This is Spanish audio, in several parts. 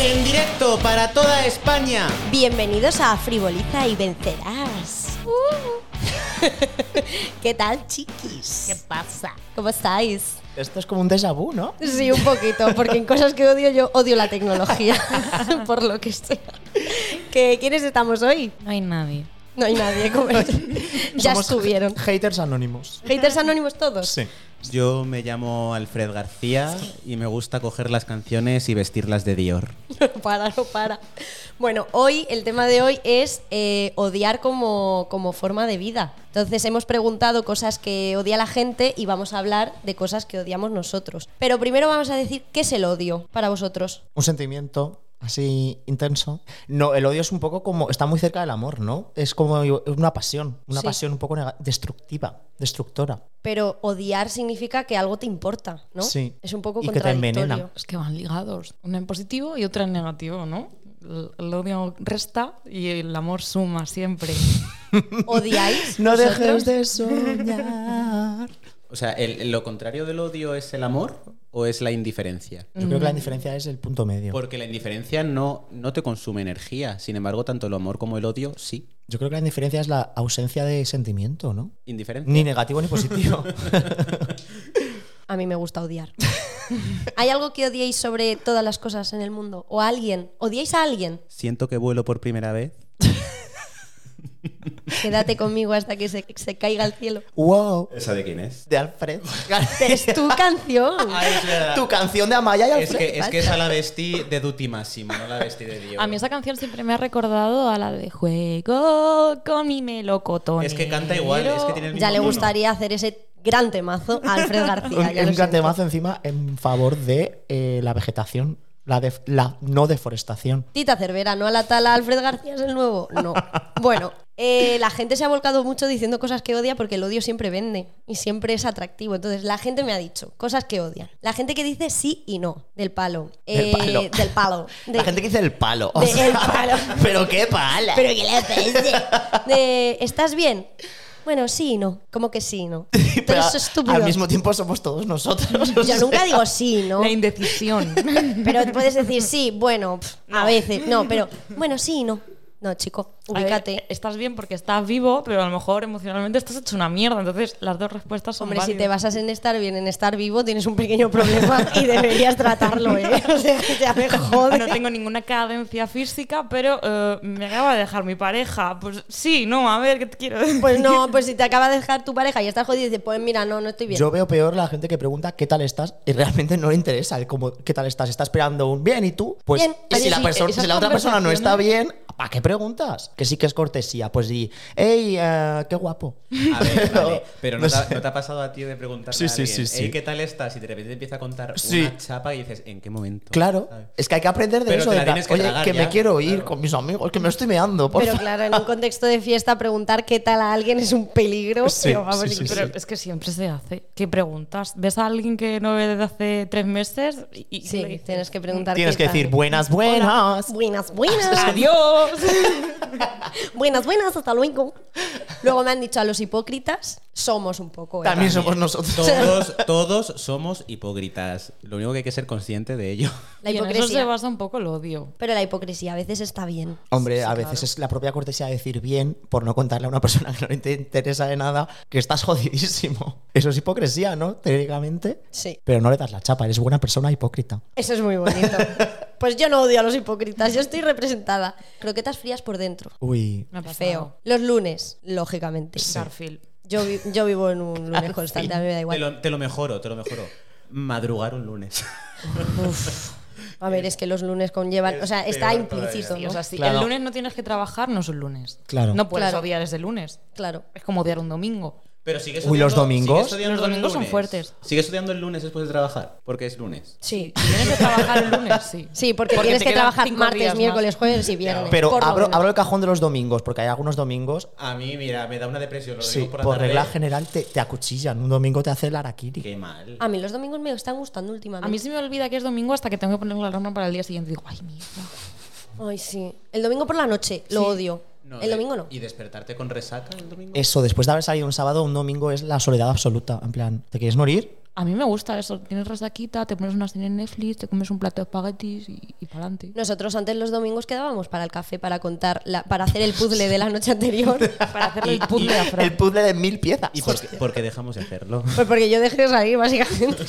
En directo para toda España. Bienvenidos a Frivoliza y Vencerás. Uh. ¿Qué tal, chiquis? ¿Qué pasa? ¿Cómo estáis? Esto es como un déjà vu, ¿no? Sí, un poquito, porque en cosas que odio yo odio la tecnología, por lo que sea. ¿Qué, ¿Quiénes estamos hoy? No hay nadie. No hay nadie. como es. ya Somos estuvieron. Haters anónimos. ¿Haters anónimos todos? Sí. Yo me llamo Alfred García y me gusta coger las canciones y vestirlas de Dior. No para, no para. Bueno, hoy el tema de hoy es eh, odiar como, como forma de vida. Entonces hemos preguntado cosas que odia la gente y vamos a hablar de cosas que odiamos nosotros. Pero primero vamos a decir qué es el odio para vosotros. Un sentimiento así intenso. No, el odio es un poco como. Está muy cerca del amor, ¿no? Es como una pasión. Una Sí. pasión un poco nega- destructiva, destructora. Pero odiar significa que algo te importa, ¿no? Sí. Es un poco Y que te contradictorio. envenena. Es que van ligados. Una en positivo y otra en negativo, ¿no? El el odio resta y el amor suma siempre. ¿Odiáis? No vosotros? dejes de soñar. O sea, el- ¿lo contrario del odio es el amor o es la indiferencia? Yo creo que la indiferencia es el punto medio. Porque la indiferencia no, no te consume energía, sin embargo, tanto el amor como el odio sí. Yo creo que la indiferencia es la ausencia de sentimiento, ¿no? Indiferencia. Ni negativo ni positivo. A mí me gusta odiar. ¿Hay algo que odiéis sobre todas las cosas en el mundo? ¿O a alguien? ¿Odiáis a alguien? Siento que vuelo por primera vez. Quédate conmigo hasta que se, se caiga al cielo. wow. ¿Esa de quién es? De Alfred. Es tu canción. tu canción de Amaya y Es Alfred. que, es que esa la vestí de Duty Máximo, no la vestí de Dior. A mí esa canción siempre me ha recordado a la de Juego con mi melocotón. Es que canta igual, es que tiene el mismo Ya le tono. gustaría hacer ese gran temazo a Alfred Un- García. ya lo un gran siento. temazo encima en favor de eh, la vegetación, la, def- la no deforestación. Tita Cervera, no a la tala Alfred García es el nuevo. No. Bueno, eh, la gente se ha volcado mucho diciendo cosas que odia porque el odio siempre vende y siempre es atractivo. Entonces, la gente me ha dicho cosas que odian. La gente que dice sí y no, del palo. Eh, Del palo. Del palo. la De- gente que dice el palo. o de sea, el palo. Pero qué pala. Pero que le apetece. De, ¿Estás bien? Bueno, sí y no. Como que sí y no? Pero, Pero es estúpido. Al mismo tiempo somos todos nosotros. o Yo sea. nunca digo sí y no. La indecisión. Pero puedes decir sí, bueno, pf, a veces. No, pero bueno, sí y no. No, chico, A ver, eh, ubícate. estás bien porque estás vivo, pero a lo mejor emocionalmente estás hecho una mierda. Entonces, las dos respuestas son Hombre, si te válidas. basas en estar bien, en estar vivo, tienes un pequeño problema y deberías tratarlo, ¿eh? O sea, que ya me jode. No tengo ninguna cadencia física, pero eh, me acaba de dejar mi pareja. Pues sí, no, a ver, ¿qué te quiero decir? Pues no, pues si te acaba de dejar tu pareja y estás jodido y dices, pues mira, no, no estoy bien. Yo veo peor la gente que pregunta qué tal estás y realmente no le interesa el cómo, qué tal estás. Está esperando un bien y tú. Pues Bien. y si, Oye, la, sí, persona, esas si la otra persona no está conversaciones- bien, ¿para qué preguntas? Que sí que es cortesía. Pues di, hey, eh, qué guapo. A ver, vale, No, pero no, no te, ha- sé. no te ha pasado a ti de preguntarle Sí, a sí, alguien, sí, sí. "Ey, ¿qué tal estás? Y de repente te empieza a contar Sí. una chapa y dices, ¿en qué momento? Claro, ¿Sabes? es que hay que aprender de Pero eso. te de la plan, tienes que Oye, tragar que me ya, quiero ir claro. con mis amigos, que me estoy meando. Por Pero favor. claro, en un contexto de fiesta, preguntar qué tal a alguien es un peligro. Sí, pero vamos, sí, sí, Pero es que siempre se hace. ¿Qué preguntas? ¿Ves a alguien que no ve desde hace tres meses? Y, y Sí, le dices, tienes que preguntar. Tienes qué que tal. decir buenas, buenas. Buenas, buenas. ¡Adiós! buenas, buenas, hasta luego. Luego me han dicho a los hipócritas, somos un poco. ¿eh? También somos nosotros. Todos, todos somos hipócritas. Lo único que hay que ser consciente de ello. La y en eso se hipocresía. basa un poco el odio. Pero la hipocresía a veces está bien. Hombre, a veces es la propia cortesía de decir bien por no contarle a una persona que no te interesa de nada que estás jodidísimo. Eso es hipocresía, ¿no? Teóricamente. Sí. Pero no le das la chapa, eres buena persona hipócrita. Eso es muy bonito. Pues yo no odio a los hipócritas, yo estoy representada. Croquetas frías por dentro. Uy. Me ha pasado. Feo. Los lunes, lógicamente. Garfield. Yo, vi- yo vivo en un lunes constante, a mí me da Te igual. lo, te lo mejoro, te lo mejoro. Madrugar un lunes. A ver, es que los lunes conllevan. O sea, es está peor implícito, Sí, o ¿no? sea, si Claro. el lunes no tienes que trabajar, no es un lunes. Claro. No puedes Claro. odiar ese lunes. Claro. Es como odiar un domingo. Pero sigues Uy, los odiando- domingos. sigues odiando Los el domingos son lunes. fuertes. Sigues estudiando el lunes después de trabajar, porque es lunes. Sí, tienes que trabajar el lunes, sí. Sí, porque, Porque tienes te que quedan trabajar cinco martes, días más. miércoles, jueves y viernes. Pero por lo abro, menos. abro el cajón de los domingos, porque hay algunos domingos. A mí, mira, me da una depresión. Los Sí, domingos por, por, la tarde. regla general te, te acuchillan. Un domingo te hace el araquiri. Qué mal. A mí los domingos me están gustando últimamente. A mí se me olvida que es domingo hasta que tengo que poner la alarma para el día siguiente. Digo, ay, mierda. Ay, sí. El domingo por la noche lo Sí. odio. No, el eh, domingo no. ¿Y despertarte con resaca el domingo? Eso, después de haber salido un sábado, un domingo es la soledad absoluta. En plan, ¿te quieres morir? A mí me gusta eso. Tienes resaquita, te pones una serie en Netflix, te comes un plato de espaguetis y, y para adelante. Nosotros antes los domingos quedábamos para el café para contar la- para hacer el puzzle de la noche anterior. Para hacerle el puzzle a Fran. El puzzle de mil piezas. ¿Y por qué, por qué dejamos de hacerlo? Pues porque yo dejé de salir, básicamente.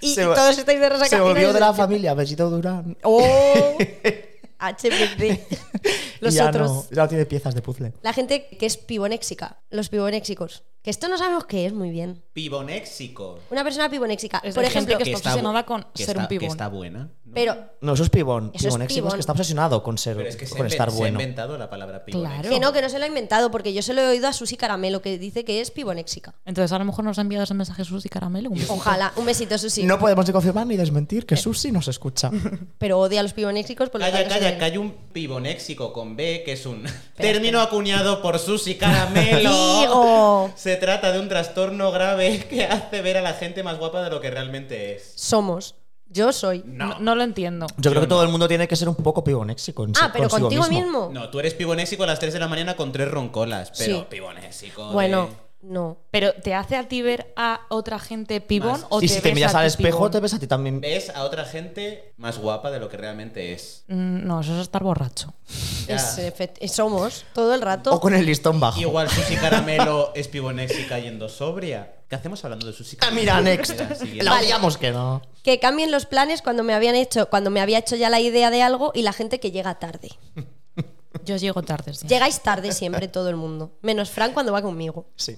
y, Se y va- todos estáis de resaca. Se volvió de la familia, Besito Durán. ¡Oh! HPT. Los Y ya otros. No, ya no tiene piezas de puzzle. La gente que es pibonéxica. Los pibonéxicos. Que esto no sabemos qué es muy bien. Pibonéxico. Una persona pibonéxica. Es por la gente ejemplo, que está obsesionada con ser está- un pibón. Que está buena. ¿no? pero No, eso es pibón. Eso es pibón éxito, pibón. que está obsesionado con ser, Pero es que se, con inven- estar se bueno. ha inventado la palabra pibonéxico. Claro. que no, que no se lo ha inventado, porque yo se lo he oído a Susi Caramelo, que dice que es pibonéxica. Entonces a lo mejor nos ha enviado ese mensaje Sus y Caramelo. Un Ojalá, un besito, Susi. No podemos ni confirmar ni desmentir Eh. que Susi nos escucha. Pero odia a los pibonéxicos por lo Calla, tanto, se calla, lo que hay un pibonéxico con B, que es un término acuñado por Susi Caramelo. Digo. Se trata de un trastorno grave que hace ver a la gente más guapa de lo que realmente es. Somos. Yo soy. No. no lo entiendo. Yo creo que todo el mundo tiene que ser un poco pibonéxico. en Ah, sí- pero consigo contigo mismo. No, tú eres pibonéxico a las 3 de la mañana con tres roncolas, pero Sí. pibonéxico. de- Bueno, no. Pero ¿te hace a ti ver a otra gente pibón Más. o Y te si te ves miras a al ti espejo, pibón? te ves a ti también. Ves a otra gente más guapa de lo que realmente es. Mm, No, eso es estar borracho. Ya. Es, efect- somos todo el rato. O con el listón bajo. Igual Susi Caramelo es pibonéxica yendo sobria. ¿Qué hacemos hablando de Susi Ah, Caramelo? mira, next. Mira, siguiente. La odiamos que no. Que cambien los planes cuando me habían hecho, cuando me había hecho ya la idea de algo y la gente que llega tarde. Yo llego tarde. sí. Llegáis tarde siempre todo el mundo. Menos Fran cuando va conmigo. Sí.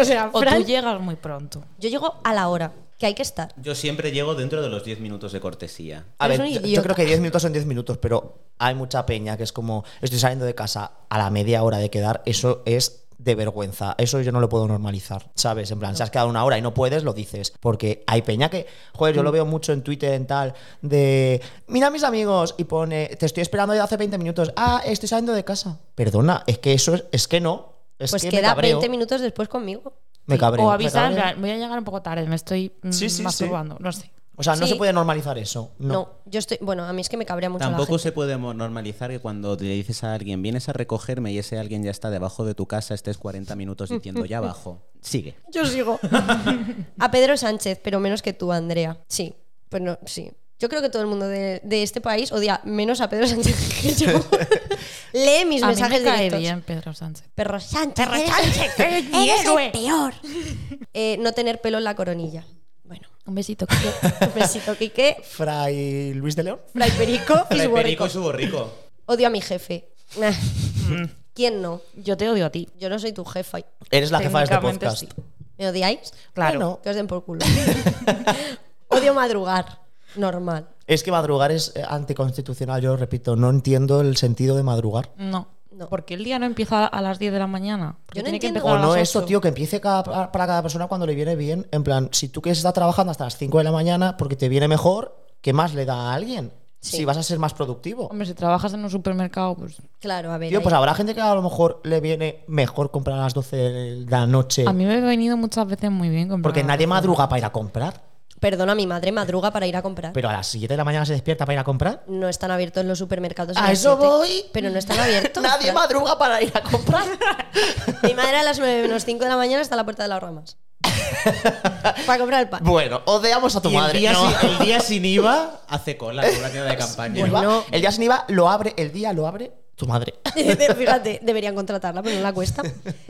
o sea, O Fran- tú llegas muy pronto. Yo llego a la hora, que hay que estar. Yo siempre llego dentro de los 10 minutos de cortesía. A Eres ver, un yo, yo idiota. creo que 10 minutos son 10 minutos, pero hay mucha peña que es como, estoy saliendo de casa a la media hora de quedar, eso es de vergüenza, eso yo no lo puedo normalizar, ¿sabes? En plan, si has quedado una hora y no puedes, lo dices, porque hay peña que, joder, yo lo veo mucho en Twitter, en tal, de, mira a mis amigos, y pone, te estoy esperando desde hace 20 minutos, ah, estoy saliendo de casa. Perdona, es que eso es, es que no, es Pues que me queda cabreo, 20 minutos después conmigo. me cabreo. o me avisar, en cabreo. plan, voy a llegar un poco tarde, me estoy mm, Sí, sí, sí. masturbando, no sé. O sea, no Sí. se puede normalizar eso, No. no. yo estoy. Bueno, a mí es que me cabrea mucho. Tampoco la gente. se puede mo- normalizar que cuando le dices a alguien, vienes a recogerme y ese alguien ya está debajo de tu casa, estés 40 minutos diciendo, ya abajo. Sigue. Yo sigo. a Pedro Sánchez, pero menos que tú, Andrea. Sí, pero no, sí. Yo creo que todo el mundo de, de este país odia menos a Pedro Sánchez que yo. Lee mis a mí mensajes me cae directos. bien Pedro Sánchez. Perro Sánchez. Perro Sánchez. Eres, el peor. Eh, no tener pelo en la coronilla. Bueno, Un besito. Kike. un besito, Quique. Fray Luis de León. Fray Perico y su Perico borrico. y su borrico. Odio a mi jefe. Nah. ¿Quién no? Yo te odio a ti. Yo no soy tu jefa. Eres la jefa de este Técnicamente podcast. sí. ¿Me odiáis? Claro. Bueno. Que os den por culo. Odio madrugar. Normal. Es que madrugar es eh, anticonstitucional, yo lo repito, no entiendo el sentido de madrugar. No. No. Porque el día no empieza a las 10 de la mañana. Porque Yo no tiene que entiendo- empezar O a las no eso, 8. tío, que empiece cada- para cada persona cuando le viene bien. En plan, si tú quieres estar trabajando hasta las 5 de la mañana porque te viene mejor, ¿qué más le da a alguien? Sí. Si vas a ser más productivo. Hombre, si trabajas en un supermercado, pues. Claro, a ver. eh, Tío, ahí. pues habrá gente que a lo mejor le viene mejor comprar a las 12 de la noche A mí me ha venido muchas veces muy bien. comprar porque algo. nadie madruga para ir a comprar, Perdona, mi madre madruga para ir a comprar. pero a las 7 de la mañana se despierta para ir a comprar. no están abiertos los supermercados. ¡A las eso siete. voy! Pero no están abiertos. Nadie Fran. madruga para ir a comprar. Mi madre a las 9 menos 5 de la mañana está a la puerta de las ramas. Para comprar el pan. bueno, odiamos a tu Y madre. El día, No. sin, el día sin IVA hace cola en una tienda de campaña. El Bueno. va- El día sin IVA lo abre, el día lo abre tu madre. Fíjate, deberían contratarla, pero no la cuesta.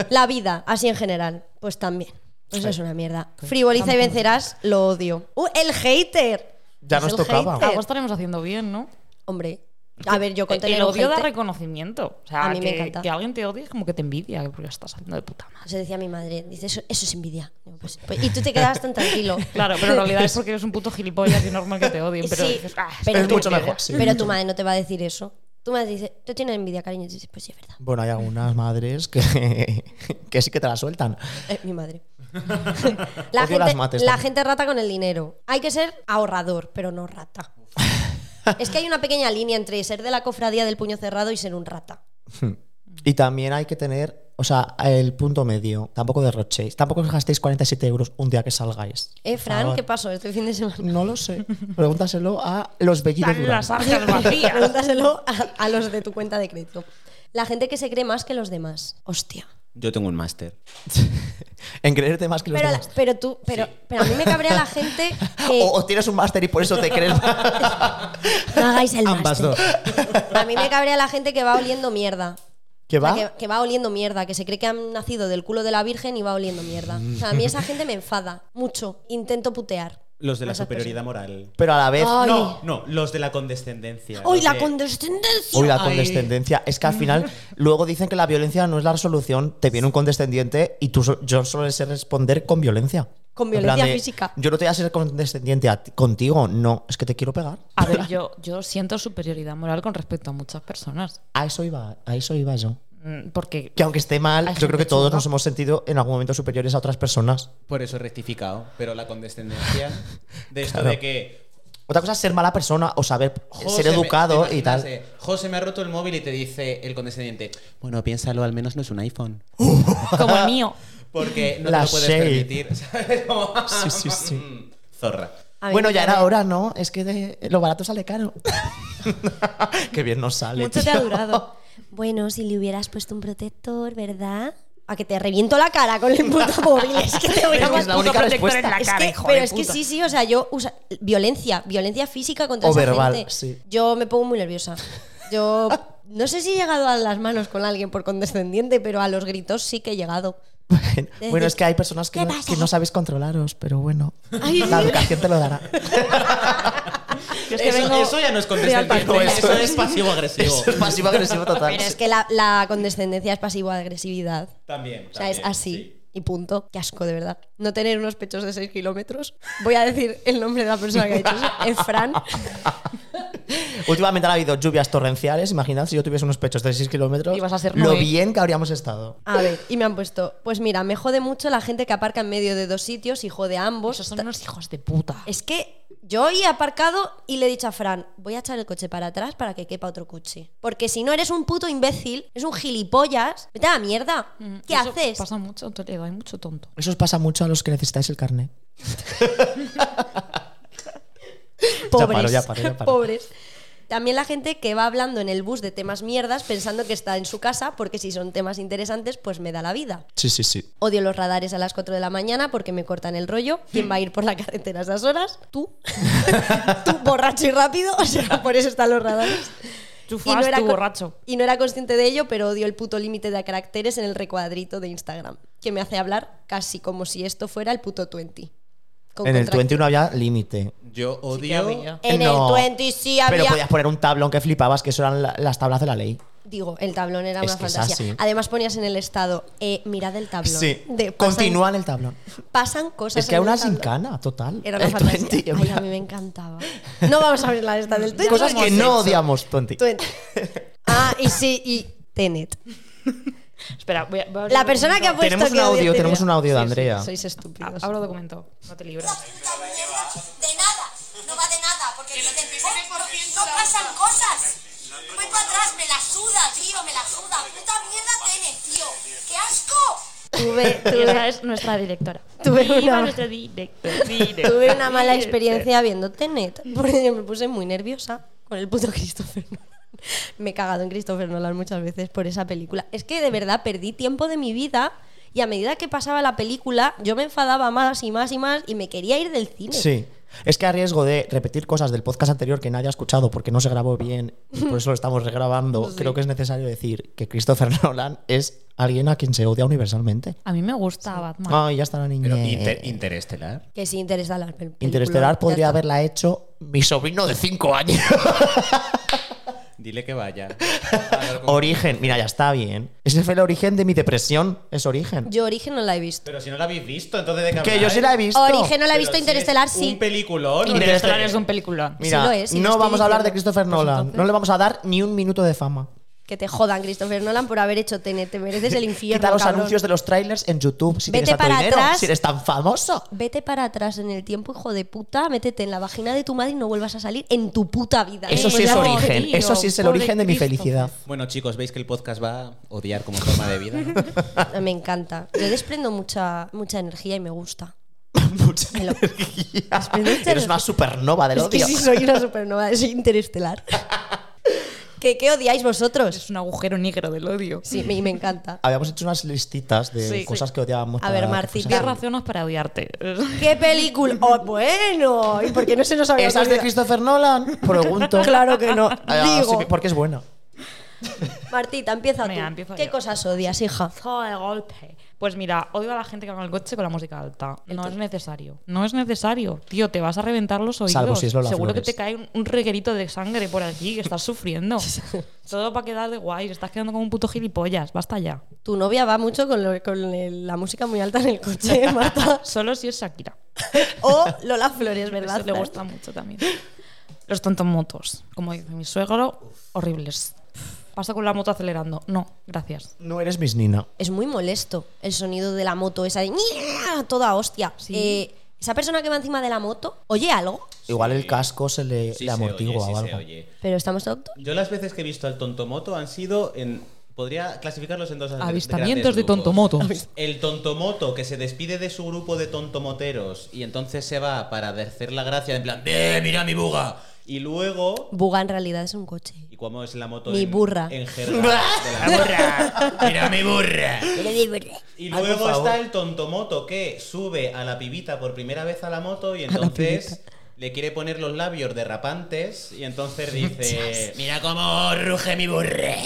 La vida, así en general, pues también. Pues es una mierda. Frivoliza y vencerás, lo odio. ¡Uh, el hater! Ya Es nos el tocaba. hater. Algo estaremos haciendo bien, ¿no? Hombre, a ver, yo con tener el un odio da hater- reconocimiento. O sea, A mí me que- encanta. Que alguien te odie es como que te envidia, que porque lo estás haciendo de puta madre. Se decía mi madre, dice, eso, eso es envidia. Digo, pues- pues- y tú te quedabas tan tranquilo. Claro, pero en realidad es porque eres un puto gilipollas y normal que te odien. Pero Sí, dices, "Ah, pero Es tú- mucho mejor, sí. Pero tu madre no te va a decir eso. Tú me dices, te tienes envidia, cariño. Y dices, pues sí, es verdad. Bueno, hay algunas madres que, que sí que te la sueltan. Eh, mi madre. la, Odio las gente, mates la también. gente rata con el dinero. Hay que ser ahorrador, pero no rata. es que hay una pequeña línea entre ser de la cofradía del puño cerrado y ser un rata. Y también hay que tener, o sea, el punto medio. Tampoco derrochéis. Tampoco os gastéis 47 euros un día que salgáis. Eh, Por Fran, favor. ¿qué pasó este fin de semana? No lo sé. Pregúntaselo a los bellidos Están las arcas vacías. Pregúntaselo a, a los de tu cuenta de crédito. La gente que se cree más que los demás. Hostia. Yo tengo un máster. En creerte más que los Pero, la- demás. pero tú, pero, pero a mí me cabrea la gente que. O, o tienes un máster y por eso te crees. No hagáis el Ambas máster. dos. A mí me cabrea la gente que va oliendo mierda. ¿Qué O sea, va? que, que va oliendo mierda, que se cree que han nacido del culo de la Virgen y va oliendo mierda. O sea, a mí esa gente me enfada mucho. Intento putear. Los de la Esas superioridad moral. Pero a la vez. Ay. No, no, los de la condescendencia. ¡Uy, los la de- condescendencia! Uy, la Ay. condescendencia. Es que al final luego dicen que la violencia no es la resolución. Te viene un condescendiente y tú so- yo suelo ser responder con violencia. Con En plan violencia de, física. Yo no te voy a ser condescendiente a ti- contigo. No, es que te quiero pegar. A ver, yo, yo siento superioridad moral con respecto a muchas personas. A eso iba, a eso iba yo. Mm, Porque Que aunque esté mal, Hay yo creo que gente todos chunga. nos hemos sentido en algún momento superiores a otras personas. Por eso he rectificado. Pero la condescendencia de esto Claro. de que. Otra cosa es ser mala persona o saber "Jo, ser se me- educado te y tal. imaginas, eh, "Jo, se me ha roto el móvil y te dice el condescendiente. Bueno, piénsalo, al menos no es un iPhone. como el mío. Porque no La te lo puedes shade. permitir. ¿sabes? Como- Sí, mm, sí, sí. Zorra. A mí Bueno, me ya era cabrea. hora, ¿no? Es que de- lo barato sale caro. Qué bien nos sale. Mucho te ha tío. durado. Bueno, si le hubieras puesto un protector, ¿verdad? A que te reviento la cara con el puto móvil. Es que te voy a Pero que es la única respuesta. en la Es cara, que- hijo pero de es que puta. sí, sí, o sea, yo usa violencia, violencia física contra O esa verbal, gente. sí. Yo me pongo muy nerviosa. Yo no sé si he llegado a las manos con alguien por condescendiente, pero a los gritos sí que he llegado. Bueno, es que hay personas que ¿Qué no, pasa? que no sabéis controlaros, pero bueno. Ay. La educación te lo dará. Yo es que eso, vengo eso ya no es de condescendiente. aparte. eso, es pasivo agresivo. Eso es pasivo agresivo total. Pero es que la, la condescendencia es pasivo-agresividad. También. O sea, es también, así. sí. Y punto. Qué asco, de verdad. No tener unos pechos de 6 kilómetros. Voy a decir el nombre de la persona que ha dicho eso. Es Fran. Últimamente han habido lluvias torrenciales. Imaginad si yo tuviese unos pechos de 6 kilómetros. Ibas a ser lo Noé. bien que habríamos estado. A ver, y me han puesto, pues mira, me jode mucho la gente que aparca en medio de dos sitios y jode a ambos. Esos pues, son unos hijos de puta. Es que yo he aparcado y le he dicho a Fran, voy a echar el coche para atrás para que quepa otro coche. Porque si no eres un puto imbécil, es un gilipollas, vete a la mierda. Mm, ¿Qué eso haces? Pasa mucho, Toledo, hay mucho tonto. Eso os pasa mucho a los que necesitáis el carnet. Pobres. paro, ya paro, ya paro. Pobres. También la gente que va hablando en el bus de temas mierdas pensando que está en su casa porque si son temas interesantes pues me da la vida. Sí, sí, sí. Odio los radares a las 4 de la mañana porque me cortan el rollo. ¿Quién va a ir por la carretera a esas horas? Tú. Tú, borracho y rápido. O sea, por eso están los radares. Tú fumas, tú con- borracho. y no era consciente de ello, pero odio el puto límite de caracteres en el recuadrito de Instagram, que me hace hablar casi como si esto fuera el puto 20. Con En el contracción. 21 había límite. Yo que odio. había. En No. el 20 sí había. Pero podías poner un tablón que flipabas, que eso eran la- las tablas de la ley. Digo, el tablón era Es una que es fantasía. así. Además ponías en el estado, eh, mirad el tablón. De, pasan- Continúa en el tablón. Pasan cosas. Es que en el era una tablón. gincana, total. Era una El fantasía. 20, en Ay, a plan, mí me encantaba. No vamos a abrir la lista del 20. Cosas que no odiamos, Tonti. 20. Ah, y sí, y Tenet. Espera, voy a, voy a abrir La el persona que ha documento. puesto Tenemos que un odia audio, Tenet. tenemos un audio Sí, de sí, Andrea. sois estúpidos. A- Abro documento, no te libras. De nada, no va de nada, porque dicen, "Oh, no pasan cosas. Voy para atrás, me la suda, tío, me la suda. Puta mierda tenés, tío. ¡Qué asco! Tuve, Y esa tuve, es Eh, nuestra directora. Tuve Viva una- nuestro director, director, tuve una mala director. experiencia viendo Tenet, porque me puse muy nerviosa con el puto Christopher Nolan. Me he cagado en Christopher Nolan muchas veces por esa película. Es que de verdad perdí tiempo de mi vida y a medida que pasaba la película yo me enfadaba más y más y más y me quería ir del cine. Sí. Es que a riesgo de repetir cosas del podcast anterior que nadie ha escuchado porque no se grabó bien y por eso lo estamos regrabando, creo que es necesario decir que Christopher Nolan es alguien a quien se odia universalmente. A mí me gusta Batman. Ay, ya está la niña. eh, Pero inter- interestelar. Que sí, Interestelar. pel- película, Interestelar ya podría está. haberla hecho mi sobrino de 5 años. Dile que vaya. Origen, mira, ya está bien. Ese fue el origen de mi depresión. Es origen. Yo Origen no la he visto. Pero si no la habéis visto, entonces de qué que habláis? yo sí la he visto. Origen no la he visto, Pero si Interestelar es sí. Un peliculón. Interestelar. Interestelar es un peliculón. Mira, Sí lo es, sí lo no estoy vamos a hablar de diciendo. Christopher Nolan. entonces- No le vamos a dar ni un minuto de fama. Que te jodan, Christopher Nolan, por haber hecho TNT. Te mereces el infierno. Quita los cabrón. anuncios de los trailers en YouTube si Vete tienes tanto para dinero, atrás. si eres tan famoso. Vete para atrás en el tiempo, hijo de puta. Métete en la vagina de tu madre y no vuelvas a salir en tu puta vida. Pues Eso sí ya es lo origen. digo, Eso sí es el pobre origen de mi Cristo. felicidad. Bueno, chicos, veis que el podcast va a odiar como forma de vida. ¿no? No, Me encanta. Yo desprendo mucha, mucha energía y me gusta. Mucha Me lo- energía. Desprende mucha Eres una energía. supernova del Es que odio. sí soy una supernova, soy interestelar. ¿Qué, qué odiáis vosotros? Es un agujero negro del odio. Sí, me, me encanta. Habíamos hecho unas listitas de Sí. cosas que odiábamos. A ver, para- Marci, cosas ¿Qué así. razones para odiarte? ¡Qué película! ¡Oh, bueno! ¿Y por qué no se nos había ¿Esa es de ocurrido? Christopher Nolan? Pregunto. Claro que no. Ah, sí, Digo. porque es buena. Martita, empieza tú. Venga, empiezo ¿Qué yo. cosas odias, hija? de golpe. Pues mira, odio a la gente que va en el coche con la música alta. No es necesario. No es necesario. Tío, te vas a reventar los oídos. Salvo si es Lola Seguro Flores. que te cae un, un reguerito de sangre por aquí, que estás sufriendo. Todo para quedar de guay. que Estás quedando como un puto gilipollas. Basta ya. Tu novia va mucho con, lo- con el- la música muy alta en el coche, ¿eh, Marta. Solo si es Shakira. O Lola Flores, ¿verdad? Eso le gusta mucho también. Los tontomotos. Como dice mi suegro, horribles. Pasa con la moto acelerando. No, gracias. Ah, No eres Miss Nina. Es muy molesto el sonido de la moto, esa de ña, toda hostia. Sí. Eh, esa persona que va encima de la moto, oye algo, Igual el casco se le, Sí le se amortigua oye, sí o se algo. oye. pero estamos tontos. Yo las veces que he visto al tontomoto han sido en... Podría clasificarlos en dos grandes Avistamientos de grupos. tontomotos. El tontomoto que se despide de su grupo de tontomoteros y entonces se va para hacer la gracia en plan, ¡Eh, mira mi buga! Y luego... Buga en realidad es un coche. ¿Y cómo es la moto? Mi en- burra. En jerga de la burra. ¡Mira mi burra! Y Ay, luego por favor. está el tontomoto que sube a la pibita por primera vez a la moto y entonces le quiere poner los labios derrapantes y entonces dice... Mira cómo ruge mi burre.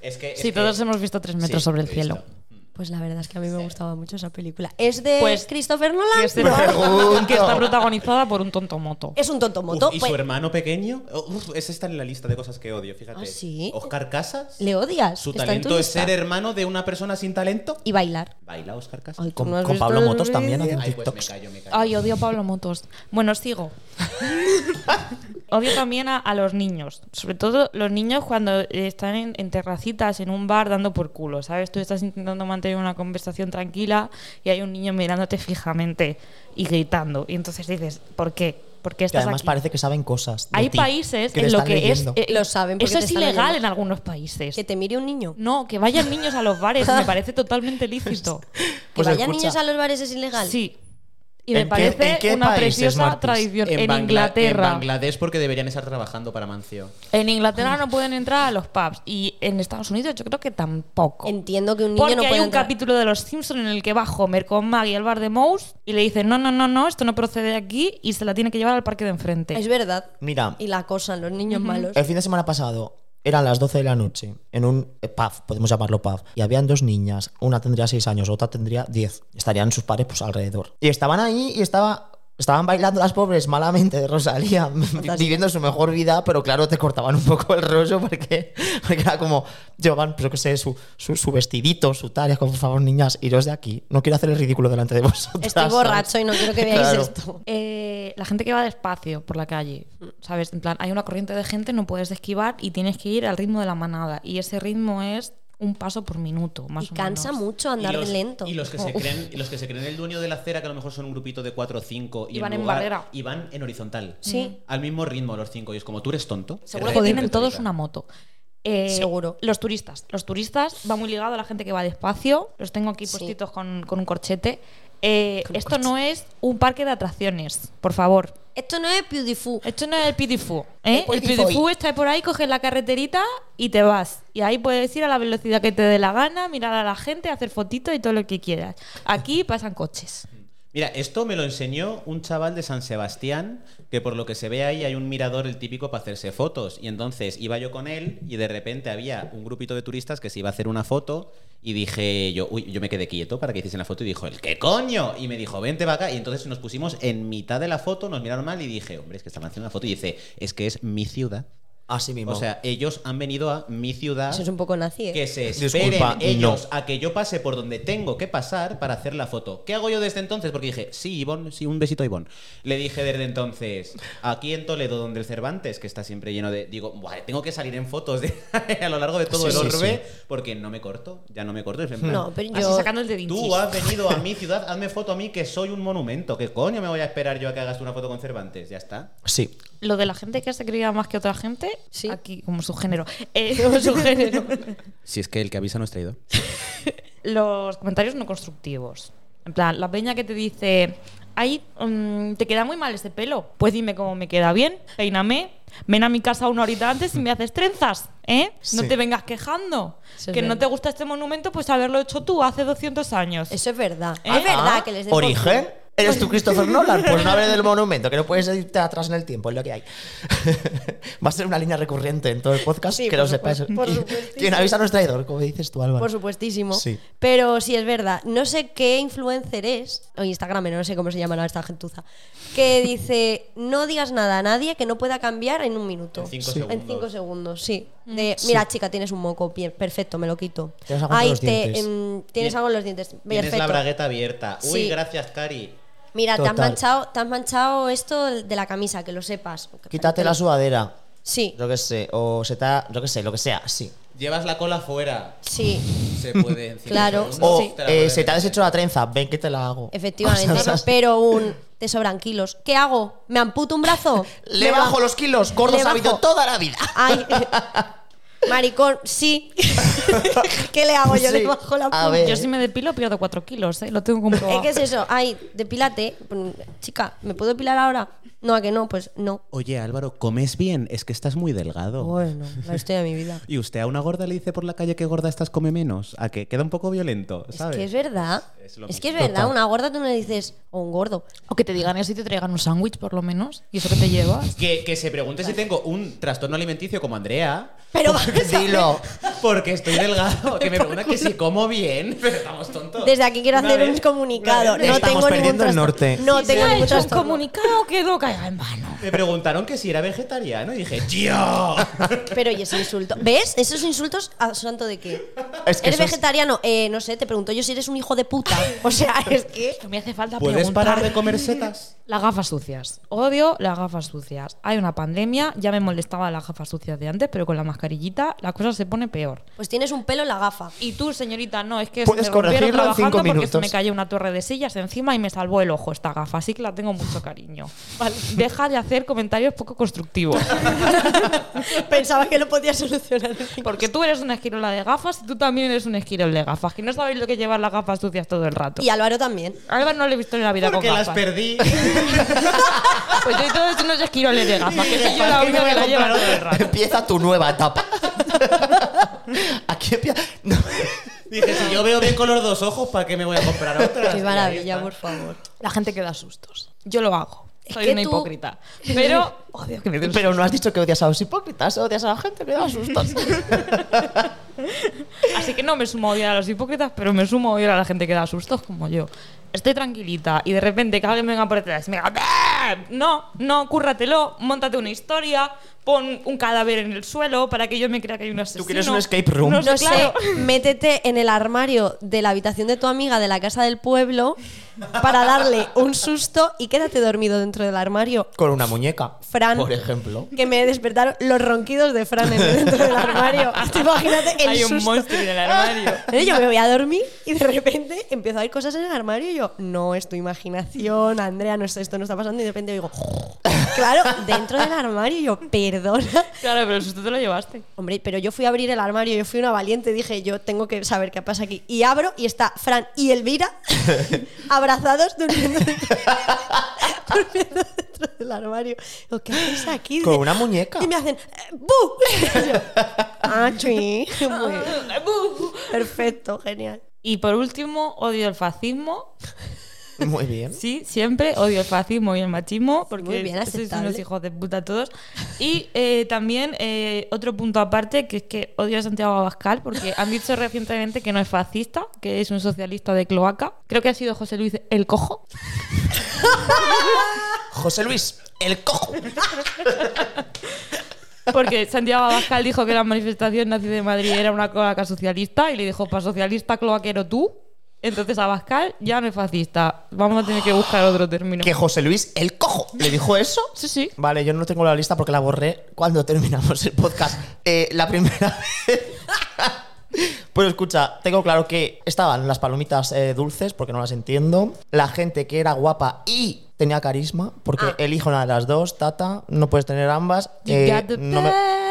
Es que... es Sí, que- todos hemos visto tres metros Sí, sobre he el cielo. visto. Pues la verdad es que a mí me gustaba mucho esa película. Es de Pues- Christopher Nolan. Que está- Pregunto. que está protagonizada por un tontomoto. Es un tonto moto. Uf, ¿Y pues- su hermano pequeño? Uf, ese está en la lista de cosas que odio, fíjate. Ah, ¿sí? Oscar Casas. ¿Le odias? Su Está en tu talento es lista. ser hermano de una persona sin talento. Y bailar. Baila Oscar Casas. Ay, ¿tú Con, no has con visto Pablo el Motos también vídeo? hacen Ay, pues me TikToks. callo, me callo. Ay, odio a Pablo Motos. Bueno, sigo. odio también a, a los niños. Sobre todo los niños cuando eh, están en, en terracitas, en un bar, dando por culo, ¿sabes? Tú estás intentando mantener una conversación tranquila y hay un niño mirándote fijamente y gritando. Y entonces dices, ¿por qué? ¿Por qué Que estás además aquí? parece que saben cosas. de hay ti, países que te en lo están que leyendo. es... eh, Lo saben porque Eso te es están ilegal leyendo. en algunos países. Que te mire un niño. No, que vayan niños a los bares, me parece totalmente lícito. Pues que vayan escucha. niños a los bares es ilegal. Sí. Y ¿En me qué- parece en qué una países, preciosa Martis? tradición. En, Bangla- Inglaterra. En Bangladesh porque deberían estar trabajando para Mancio. En Inglaterra no pueden entrar a los pubs. Y en Estados Unidos yo creo que tampoco. Entiendo que un niño Porque no hay puede un entrar. capítulo de Los Simpsons en el que va Homer con Maggie al bar de Mouse y le dice, no, no, no, no, esto no procede aquí y se la tiene que llevar al parque de enfrente. Es verdad. Mira, Y pues- la acosan los niños malos. El fin de semana pasado eran las 12 de la noche en un eh, pub, podemos llamarlo pub, y habían dos niñas, una tendría 6 años, otra tendría 10. Estarían sus padres pues alrededor. Y estaban ahí y estaba estaban bailando las pobres malamente de Rosalía, viviendo su mejor vida, pero claro, te cortaban un poco el rollo porque, porque era como llevaban, pero que sé, su, su, su vestidito, su tal, y es como, por favor, niñas, iros de aquí. No quiero hacer el ridículo delante de vosotras. Estoy ¿sabes? borracho y no quiero que veáis Claro. esto. Eh, la gente que va despacio por la calle, ¿sabes? En plan, hay una corriente de gente, no puedes esquivar y tienes que ir al ritmo de la manada. Y ese ritmo es un paso por minuto, más Y o cansa menos. mucho andar y los, de lento. Y los, que se Uf. creen, y los que se creen el dueño de la acera, que a lo mejor son un grupito de 4 o 5 y, Y van en lugar- barrera. Y van en horizontal. Sí. Al mismo ritmo los 5. Y es como, tú eres tonto. Seguro Te que re- tienen te todos retorcida. una moto. Eh, Seguro. Los turistas. Los turistas va muy ligado a la gente que va despacio. Los tengo aquí Sí. puestitos con, con un corchete. Eh, esto no es un parque de atracciones, por favor. Esto no es beautiful. Esto no es el Pitifú. ¿eh? El El Pitifú. Pitifú está por ahí, coges la carreterita y te vas. Y ahí puedes ir a la velocidad que te dé la gana, mirar a la gente, hacer fotitos y todo lo que quieras. Aquí pasan coches. Mira, esto me lo enseñó un chaval de San Sebastián, que por lo que se ve ahí hay un mirador el típico para hacerse fotos. Y entonces iba yo con él y de repente había un grupito de turistas que se iba a hacer una foto y dije yo, uy, yo me quedé quieto para que hiciesen la foto y dijo, ¿el qué coño? Y me dijo, vente para acá. Y entonces nos pusimos en mitad de la foto, nos miraron mal y dije, hombre, es que están haciendo una foto. Y dice, es que es mi ciudad. Así mismo. O sea, ellos han venido a mi ciudad. Eso es un poco nazi, ¿eh? Que se esperen Disculpa, ellos no. a que yo pase por donde tengo que pasar para hacer la foto. ¿Qué hago yo desde entonces? Porque dije, sí, Ivonne, sí, un besito a Ivonne. Le dije desde entonces, aquí en Toledo, donde el Cervantes, que está siempre lleno de. Digo, "Buah, tengo que salir en fotos de- a lo largo de todo Sí, el sí, orbe, sí. porque no me corto, ya no me corto. es en plan, No, pero Así yo. sacando el dedito. Tú has venido a mi ciudad, hazme foto a mí que soy un monumento. ¿Qué coño me voy a esperar yo a que hagas una foto con Cervantes? Ya está. sí. Lo de la gente que se creía más que otra gente, Sí. aquí, como su género. Eh, como su género. Si es que el que avisa no es traidor. Los comentarios no constructivos. En plan, la peña que te dice, ay, mm, te queda muy mal este pelo. Pues dime cómo me queda bien, peíname, ven a mi casa una horita antes y me haces trenzas, ¿eh? No Sí. te vengas quejando. Eso es que no verdad. te gusta este monumento, pues haberlo hecho tú hace 200 años. Eso es verdad. Ah, es verdad Ah, que les den por ¿Origen? culo. ¿Eres tú Christopher Nolan? Pues no hables del monumento, que no puedes irte atrás en el tiempo, es lo que hay. Va a ser una línea recurrente en todo el podcast, Sí, que por lo sepáis. supuesto, por Y supuestísimo. Quien avisa no es traidor, como dices tú, Álvaro. Por supuestísimo. Sí. Pero sí es verdad. No sé qué influencer es, o Instagram, no sé cómo se llama esta gentuza, que dice: No digas nada a nadie que no pueda cambiar en un minuto. En cinco Sí. segundos. En cinco segundos, sí. De, Mira, chica, tienes un moco, bien, perfecto, me lo quito. Tienes algo en Ay, los dientes. em, tienes Tien- algo en los dientes. Tienes la Perfecto. bragueta abierta. Uy, Sí. gracias, Cari. Mira, te has, Total. manchado, te has manchado esto de la camisa, que lo sepas. Quítate la sudadera, Sí, yo que sé, o se te ha- yo que sé, lo que sea, sí. Llevas la cola fuera. sí, Se puede. en cinco Claro. segundos. O Sí. la eh, puedes se te ha meter. deshecho la trenza, ven que te la hago. efectivamente. O sea, Pero un. Te sobran kilos. ¿Qué hago? ¿Me amputo un brazo? Le ¿Me bajo ba- los kilos, gordo Le sabido bajo. toda la vida. Ay. eh, Maricón, sí. ¿Qué le hago? Yo le Sí. bajo la A punta. ver. Yo si me depilo pierdo 4 kilos, ¿eh? lo tengo comprobado. Es que es eso. Ay, depílate. Chica, ¿me puedo depilar ahora? No, a que no, pues no. Oye, Álvaro, ¿comes bien? Es que estás muy delgado. Bueno, la historia de mi vida. Y usted a una gorda le dice por la calle que gorda estás, come menos. A que queda un poco violento, Es ¿sabes? que es verdad. Es Es, lo que es mismo. verdad. Total. Una gorda tú no le dices, o un gordo. O que te digan eso y te traigan un sándwich, por lo menos. ¿Y eso que te llevas? Que, que se pregunte si tengo un trastorno alimenticio como Andrea. Pero Dilo. Porque estoy delgado. Que me pregunta que si como bien. Pero estamos tontos. desde aquí quiero Una hacer vez- un comunicado. una vez No me- Estamos tengo ningún perdiendo el trastorno. norte. No Si se tengo ha ningún hecho un trastorno. comunicado que no caiga en vano. Me preguntaron que si era vegetariano y dije, ¡tío! Pero y ese insulto. ¿Ves? Esos insultos a santo de qué. Es que eres eso es- vegetariano. Eh, no sé, te pregunto yo si eres un hijo de puta. O sea, es que. No me hace falta ¿Puedes preguntar. parar de comer setas? Las gafas sucias. Odio las gafas sucias. Hay una pandemia, ya me molestaba las gafas sucias de antes, pero con la mascarillita la cosa se pone peor. Pues tienes un pelo en la gafa. Y tú, señorita, no, es que Puedes me rompieron corregirlo en cinco trabajando porque se minutos. me cayó una torre de sillas encima y me salvó el ojo esta gafa, así que la tengo mucho cariño. Deja de hacer comentarios poco constructivos. Pensaba que lo podía solucionar. Porque tú eres una esquirola de gafas y tú también eres un esquirol de gafas, que no sabéis lo que llevar las gafas sucias todo el rato. Y Álvaro también. Álvaro no le he visto en la vida Porque con las gafas. perdí. Pues yo y todos unos esquiroles de gafas, que soy yo la ¿Para qué me única voy que a la lleva comprar todo el rato. Empieza tu nueva etapa. Aquí empieza. No. Dije, si yo veo bien con los dos ojos, ¿para qué me voy a comprar otra? Qué maravilla, por favor. La gente que da sustos. Yo lo hago. Es Soy que una tú- hipócrita. Pero odio que me den Pero no has dicho que odias a los hipócritas, odias a la gente que da sustos. sustos. Así que no me sumo a odiar a los hipócritas, pero me sumo a odiar a la gente que da sustos como yo. Estoy tranquilita y de repente que alguien venga por detrás y me diga "Bah". no, no, cúrratelo, montate una historia, pon un cadáver en el suelo para que yo me crea que hay un asesino. quieres un escape room. No sé, No sé, claro. métete en el armario de la habitación de tu amiga de la casa del pueblo para darle un susto y quédate dormido dentro del armario. Con una muñeca. Fran. Por ejemplo. Que me despertaron los ronquidos de Fran en- dentro del armario. Tú imagínate el Hay un susto. monstruo en el armario. Eh, Yo me voy a dormir y de repente empiezo a ver cosas en el armario y yo, no, es tu imaginación, Andrea, no sé, esto no está pasando. Y de repente digo, claro, dentro del armario y yo, perdona. Claro, pero el susto te lo llevaste. Hombre, pero yo fui a abrir el armario, yo fui una valiente, dije, yo tengo que saber qué pasa aquí. Y abro y está Fran y Elvira abrazados durmiendo dentro, durmiendo dentro del armario. Digo, ¿Qué haces aquí? Con Dice, una muñeca. Y me hacen, "Eh, ¡bu! Y yo, ah, sí. Muy bien. Perfecto, genial. Y por último, odio el fascismo. Muy bien. Sí, siempre odio el fascismo y el machismo porque Muy bien, sois aceptable. unos hijos de puta todos. Y eh, también eh, otro punto aparte que es que odio a Santiago Abascal porque han dicho recientemente que no es fascista, que es un socialista de cloaca. Creo que ha sido José Luis el Cojo. José Luis, el cojo. Porque Santiago Abascal dijo que la manifestación nazi de Madrid era una cloaca socialista y le dijo, para socialista cloaquero tú. Entonces Abascal ya no es fascista. Vamos a tener que buscar otro término. Que José Luis, el cojo, le dijo eso. Sí, sí. Vale, yo no tengo la lista porque la borré cuando terminamos el podcast. Eh, la primera vez. Pues escucha, tengo claro que estaban las palomitas eh, dulces porque no las entiendo. La gente que era guapa y tenía carisma porque elijo una de las dos, Tata. No puedes tener ambas. Ah. You Eh, got the no me- best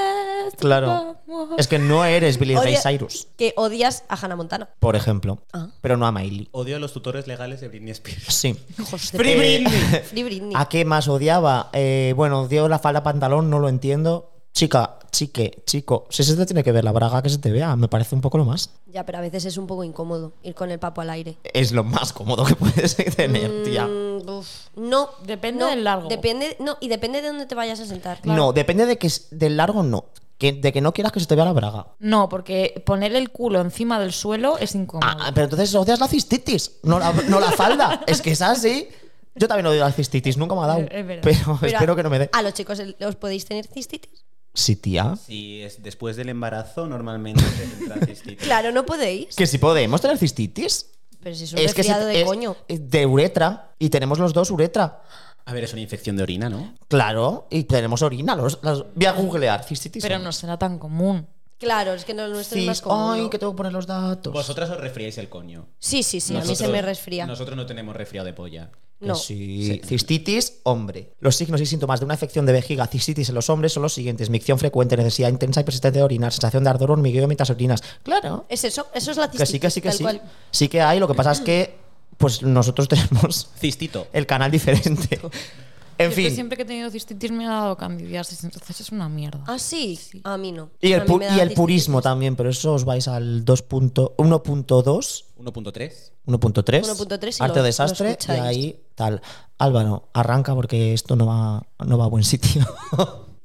Claro. of both. Es que no eres Billy Ray Odia- Cyrus, Que odias a Hannah Montana. por ejemplo. Ah. Pero no a Miley. Odio a los tutores legales de Britney Spears. Sí. Hijos de Free puta. Britney. Free Britney. ¿A qué más odiaba? Eh, bueno, dio la falda pantalón, no lo entiendo. Chica, chique, chico. Si se te tiene que ver la braga, que se te vea. Me parece un poco lo más. Ya, pero a veces es un poco incómodo ir con el papo al aire. Es lo más cómodo que puedes tener, tía. Mm, uf. No. Depende no, del largo. Depende, no, y depende de dónde te vayas a sentar. No, pues depende de que s- del largo no. Que, de que no quieras que se te vea la braga. No, porque poner el culo encima del suelo es incómodo. Ah, ah, pero entonces odias la cistitis, no la, no la falda. es que es así. Yo también odio la cistitis, nunca me ha dado. Es- es verdad. pero, Pero espero a- que no me dé. A los chicos el- os podéis tener cistitis. Sí, tía. Si es después del embarazo, normalmente te entran cistitis. Claro, no podéis. Que si podemos tener cistitis. Pero si es un resfriado se- de es- coño. es de uretra. Y tenemos los dos uretra. A ver, es una infección de orina, ¿no? Claro, y tenemos orina. Los, las- voy a googlear cistitis. Pero no será tan común. Claro, es que no, nuestro es Cis- más común. Ay, ¿no? que tengo que poner los datos. Vosotras os resfriáis el coño. Sí, sí, sí, a mí Nosotros- se me resfría. Nosotros no tenemos resfriado de polla. Que no. sí. Cistitis, hombre. Los signos y síntomas de una infección de vejiga, cistitis en los hombres son los siguientes: micción frecuente, necesidad intensa y persistente de orinar, sensación de ardor, hormigueo mientras orinas. Claro. Es eso, eso es la Que cistitis. sí, que sí, que Eh, tal sí. cual. Sí que hay, lo que pasa es que pues nosotros tenemos Cistito. el canal diferente. En Yo es que fin. siempre que he tenido cistitis me ha dado candidiasis, entonces es una mierda. Ah, sí, a mí no. Y el, A mí pu- me da y el cistitis. purismo también, pero eso os vais al 2.1.2, 1.3, 1.3 1.3 y arte lo- lo desastre, y escucháis. ahí tal. Álvaro, arranca porque esto no va, no va a buen sitio.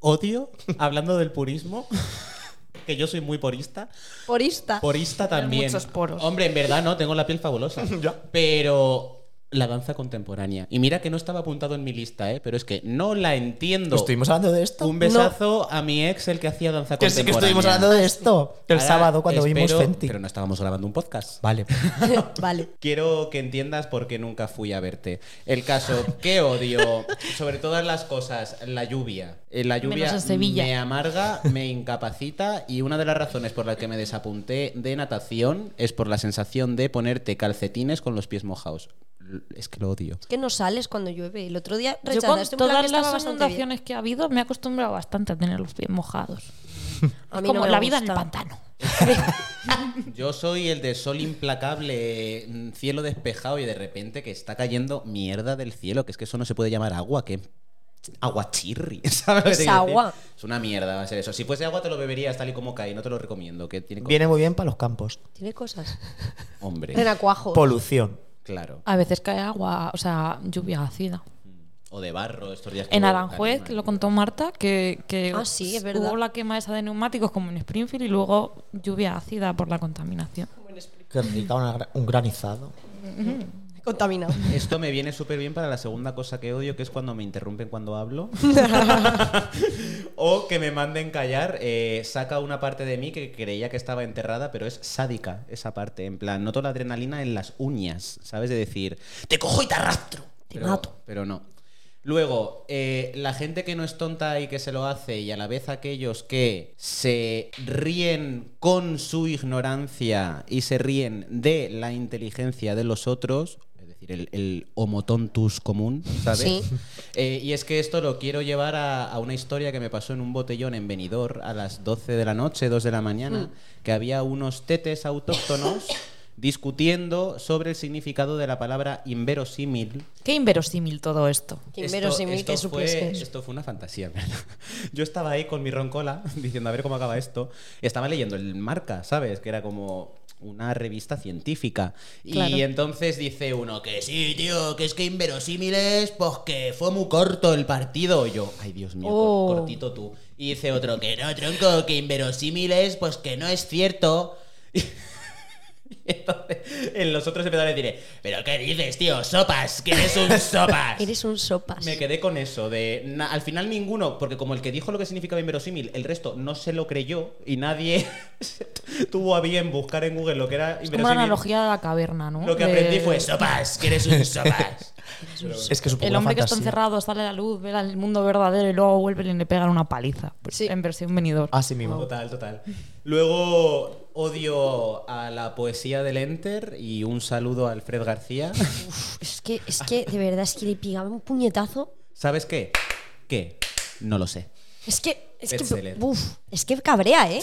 Odio, hablando del purismo, que yo soy muy porista. Porista. Porista también. muchos poros. Hombre, en verdad no, tengo la piel fabulosa. Pero la danza contemporánea. Y mira que no estaba apuntado en mi lista, ¿eh? pero es que no la entiendo. ¿Estuvimos hablando de esto? Un besazo a mi ex, el que hacía danza Que sí que contemporánea. estuvimos hablando de esto. El Ahora sábado cuando vimos espero- Fenty. Pero no estábamos grabando un podcast. Vale. vale. Quiero que entiendas por qué nunca fui a verte. El caso, que odio, sobre todas las cosas, la lluvia. Eh, La lluvia Menos en Sevilla. me amarga, me incapacita y una de las razones por las que me desapunté de natación es por la sensación de ponerte calcetines con los pies mojados. L- Es que lo odio. Es que no sales cuando llueve. El otro día Yo con rechazaste un plan que todas estaba las bastante bien. inundaciones que ha habido me he acostumbrado bastante a tener los pies mojados. A mí no Como me la vida en el gusta. pantano. Yo soy el de sol implacable, mm, cielo despejado y de repente que está cayendo mierda del cielo, que es que eso no se puede llamar agua, que aguachirri, ¿sabes? lo que Es te quiero decir? agua. Es una mierda, va a ser eso. Si fuese agua te lo beberías tal y como cae, no te lo recomiendo, que tiene co- Viene muy bien para los campos. Tiene cosas. hombre. Renacuajo. Polución. Claro. A veces cae agua, o sea, lluvia ácida. O de barro estos días. que En hubo Aranjuez, tan que lo mal. contó Marta, que, que Ah, sí, es verdad. hubo la quema esa de neumáticos como en Springfield y luego lluvia ácida por la contaminación. Que rica una gra- un granizado. Contaminado. Esto me viene súper bien para la segunda cosa que odio, que es cuando me interrumpen cuando hablo. o que me manden callar. eh, saca una parte de mí que creía que estaba enterrada, pero es sádica esa parte. En plan, noto la adrenalina en las uñas, ¿sabes? De decir, te cojo y te arrastro. Te Pero- mato. Pero no. Luego, eh, la gente que no es tonta y que se lo hace, y a la vez aquellos que se ríen con su ignorancia y se ríen de la inteligencia de los otros, es decir, el, el homotontus común, ¿sabes? Sí. Eh, y es que esto lo quiero llevar a, a una historia que me pasó en un botellón en Benidorm a las 12 de la noche, 2 de la mañana, que había unos tetes autóctonos discutiendo sobre el significado de la palabra inverosímil Qué inverosímil todo esto. Qué esto- inverosímil esto que supies fue- que es. Esto fue una fantasía, en ¿verdad? Yo estaba ahí con mi roncola diciendo a ver cómo acaba esto. Estaba leyendo el Marca, ¿sabes? Que era como una revista científica. Claro. Y entonces dice uno que sí, tío, que es que inverosímiles, pues que fue muy corto el partido. Y yo, ay Dios mío, Oh. cor- cortito tú. Y dice otro que no, tronco, que inverosímiles, pues que no es cierto. Entonces, en los otros empezaron a decir, ¿pero qué dices, tío? Sopas, que eres un sopas. Eres un sopas. Me quedé con eso, de na- al final ninguno, porque como el que dijo lo que significaba inverosímil, el resto no se lo creyó y nadie tuvo a bien buscar en Google lo que era Es como la inverosímil. analogía de la caverna, ¿no? Lo que De- aprendí fue sopas, que eres un sopas. Es que es un poco El una hombre que está fantasía. encerrado sale a la luz, ve el mundo verdadero y luego vuelve y le pegan una paliza. Pues, Sí. En versión venidor. Así mismo. Total, total. Luego odio a la poesía del Enter y un saludo a Alfred García. Uf, es, que, es que, de verdad, es que le pegaba un puñetazo. ¿Sabes qué? ¿Qué? No lo sé. Es que, es que, Bestseller. uf, es que cabrea, ¿eh?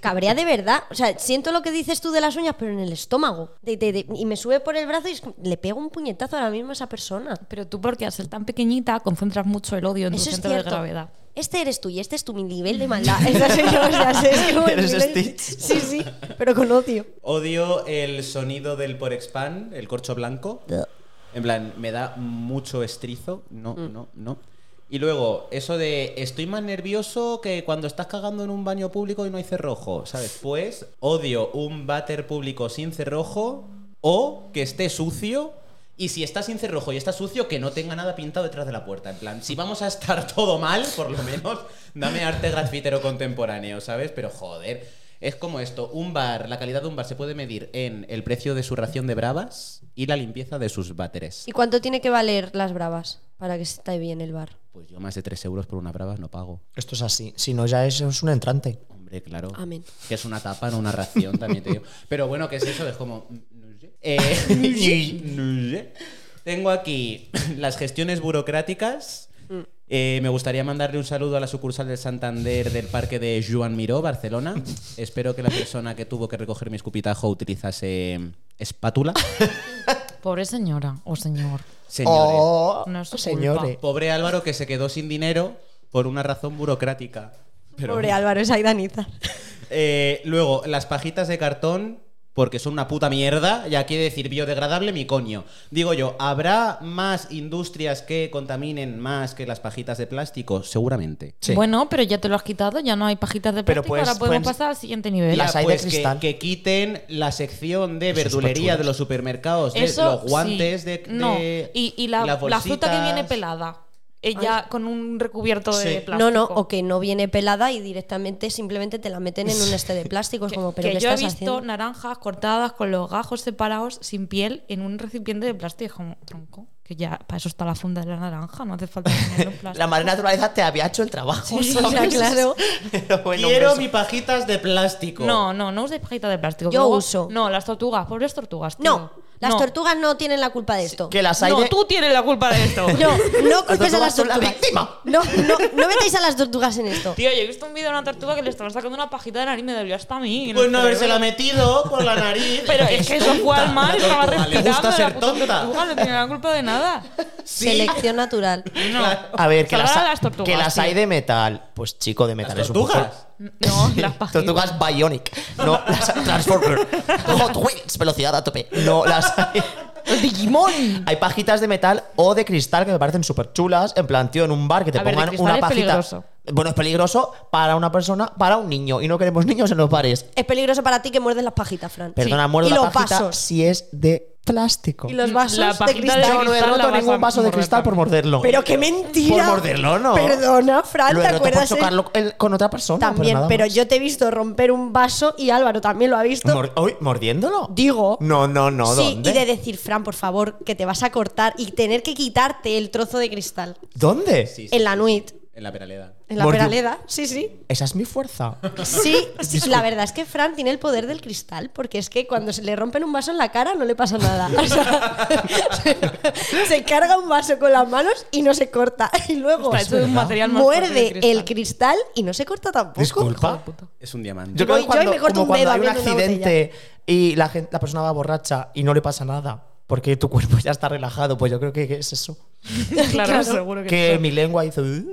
Cabrea de verdad. O sea, siento lo que dices tú de las uñas, pero en el estómago. De- de- de- y me sube por el brazo y es como- le pego un puñetazo ahora mismo a esa persona. Pero tú, porque al ser tan pequeñita, concentras mucho el odio en Eso tu es centro cierto. de gravedad. Este eres tú y este es tu mi nivel de maldad. Esas son cosas, es como el Eres nivel- Stitch. Sí, sí, pero con odio. Odio el sonido del Porexpan, el corcho blanco. En plan, me da mucho estrizo. No, no, no. Y luego, eso de estoy más nervioso que cuando estás cagando en un baño público y no hay cerrojo, ¿sabes? Pues odio un váter público sin cerrojo o que esté sucio. Y si está sin cerrojo y está sucio, que no tenga nada pintado detrás de la puerta. En plan, si vamos a estar todo mal, por lo menos, dame arte grafitero contemporáneo, ¿sabes? Pero joder, es como esto. Un bar, la calidad de un bar se puede medir en el precio de su ración de bravas y la limpieza de sus váteres. ¿Y cuánto tiene que valer las bravas para que esté bien el bar? Pues yo más de 3 euros por una bravas no pago. Esto es así. Si no, ya es, es un entrante. Hombre, claro. Amén. Que es una tapa, no una ración, también te digo. Pero bueno, ¿qué es eso? Es como... mm, no sé. Eh, no sé. Tengo aquí las gestiones burocráticas. Eh, me gustaría mandarle un saludo a la sucursal del Santander del parque de Joan Miró, Barcelona. Espero que la persona que tuvo que recoger mi escupitajo utilizase espátula. Pobre señora o señor. Señores. Oh, No es su señores. Pobre Álvaro que se quedó sin dinero por una razón burocrática. Pero Pobre Álvaro, es Aidaniza. Eh, luego, las pajitas de cartón, porque son una puta mierda, ya quiere decir biodegradable mi coño. Digo yo, ¿habrá más industrias que contaminen más que las pajitas de plástico? Seguramente. Sí. Bueno, pero ya te lo has quitado, ya no hay pajitas de Pero plástico, pues, ahora podemos pueden- pasar al siguiente nivel. Las Ya, hay de pues, que- cristal. Que, quiten la sección de Eso es verdulería pachuras. de los supermercados, de Eso los guantes, sí. de, de- No, y, y la, las la fruta que viene bolsitas. pelada. Ella con un recubierto de Sí. No, No, plástico. no, o que no viene pelada y directamente simplemente te la meten en un este de plástico. Es como, pero que ¿qué yo he estás visto haciendo? naranjas cortadas con los gajos separados sin piel en un recipiente de plástico. Es como, tronco, que ya para eso está la funda de la naranja, no hace falta ponerlo en La plástico. madre naturaleza te había hecho el trabajo. Sí, o sea, claro. Pero bueno, un Quiero beso. mis pajitas de plástico. No, no, no uséis pajita de plástico. que Yo luego- uso. No, las tortugas, pobres tortugas. tío. No, las No. tortugas no tienen la culpa de esto. Que las hay No, de- tú tienes la culpa de esto. No, no culpes a tortugas las son la tortugas. víctima. No, no, no metáis a las tortugas en esto. Tío, yo he visto un vídeo de una tortuga que le estaban sacando una pajita de nariz y me dolió hasta a mí. Pues no haberse la la metido por la nariz. Pero eh, es que eso fue al mar, La estaba tortuga le respirando. gusta la ser puta tonta. tortuga no tiene la culpa de nada. Sí. Selección natural. No. A ver, que las, Salvar a ha- las tortugas, que las tío. hay de metal. Pues chico, de metal Las es un poco- tortugas. No, las pajitas. Tortugas Bionic. No, las Transformer. Hot Wheels, velocidad a tope. No, las hay. Digimon. Hay pajitas de metal o de cristal que me parecen súper chulas. En plan, tío, en un bar que te A ver, de pongan cristal una es pajita. peligroso. Bueno, es peligroso para una persona, para un niño. Y no queremos niños en los bares. Es peligroso para ti que muerdes las pajitas, Fran. Perdona, Sí. muerdo y la los pajita vasos. si es de plástico. Y los vasos de pajita cristal. de Yo no he cristal la roto vas a ningún vaso de morder cristal por también. morderlo. Pero qué mentira. Por morderlo, ¿no? Perdona, Fran, lo ¿te he roto por acuerdas? chocarlo el- con otra persona. También, nada pero más. yo te he visto romper un vaso y Álvaro también lo ha visto. Mor- uy, ¿Mordiéndolo? Digo. No, no, no. sí, ¿dónde? y de decir, Fran, por favor, que te vas a cortar y tener que quitarte el trozo de cristal. ¿Dónde? Sí, sí, En la sí, nuit, sí. En la peraleda. en la Mordió- peraleda. Sí, sí. Esa es mi fuerza. Sí, sí, la verdad es que Fran tiene el poder del cristal, porque es que cuando se le rompen un vaso en la cara no le pasa nada. O sea, se, se carga un vaso con las manos y no se corta. Y luego Está hecho de un material más fuerte muerde que el el cristal y no se corta tampoco. Disculpa. Es un diamante. Yo Voy- yo y creo que cuando, me corto como un cuando dedo hay un abriendo una accidente y la, gente, la persona va borracha y no le pasa nada, porque tu cuerpo ya está relajado, pues yo creo que es eso. Claro, seguro que, Que sí. mi lengua hizo... uh,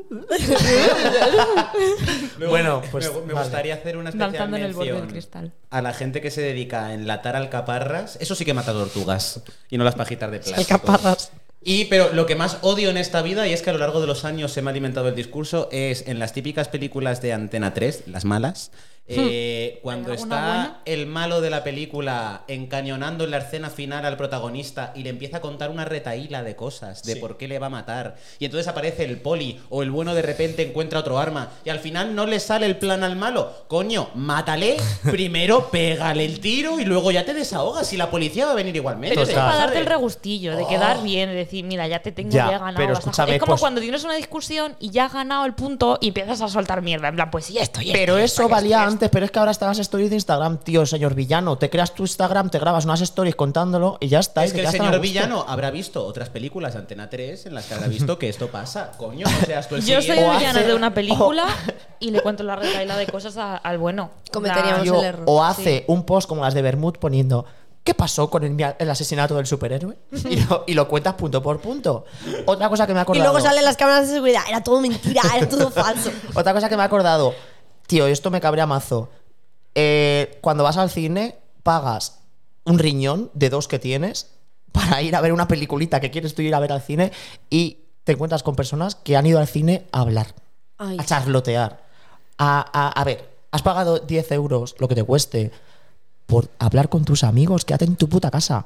Luego, bueno, me- pues... me, vale. gustaría hacer una especial Danzando en el borde mención del cristal. a la gente que se dedica a enlatar alcaparras. Eso sí que mata tortugas y no las pajitas de plástico. Alcaparras. Y pero lo que más odio en esta vida y es que a lo largo de los años se me ha alimentado el discurso es en las típicas películas de Antena 3, las malas, Eh, cuando ¿Hay Hmm. alguna está buena? el malo de la película encañonando en la escena final al protagonista y le empieza a contar una retaíla de cosas, de por qué le va a matar. Y entonces aparece el poli o el bueno de repente encuentra otro arma y al final no le sale el plan al malo. Coño, mátale, primero pégale el tiro y luego ya te desahogas y la policía va a venir igualmente. Pero eso es Total. para darte el regustillo, de quedar bien, de decir, mira, ya te tengo, Oh. Ya, ya, he ganado. pero vas a- escúchame, es como pues- cuando tienes una discusión y ya has ganado el punto y empiezas a soltar mierda. En plan, pues sí, esto y esto, Pero y eso esto, y valía esto, y esto. antes, pero es que ahora están las stories de Instagram, tío, señor villano. Te creas tu Instagram, te grabas unas stories contándolo y ya está. y Es te que el quedas tan a señor gusto. villano habrá visto otras películas de Antena 3 en las que habrá visto que esto pasa. Coño, no seas tú el Yo soy siguiente. Pues O el villano hace- de una película y le cuento la retaila de cosas a- al bueno. Cometeríamos La- Tío, el error. O hace un post como las de Bermud poniendo. ¿Qué pasó con el, mia- el asesinato del superhéroe? Y lo, y lo cuentas punto por punto. Otra cosa que me ha Y acordado. luego salen las cámaras de seguridad. Era todo mentira, era todo falso. Otra cosa que me he acordado, tío, esto me cabrea mazo. Eh, cuando vas al cine, pagas un riñón de dos que tienes para ir a ver una peliculita que quieres tú ir a ver al cine y te encuentras con personas que han ido al cine a hablar, Ay. a charlotear, a, a- a ver, has pagado 10 euros, lo que te cueste, por hablar con tus amigos, quédate en tu puta casa.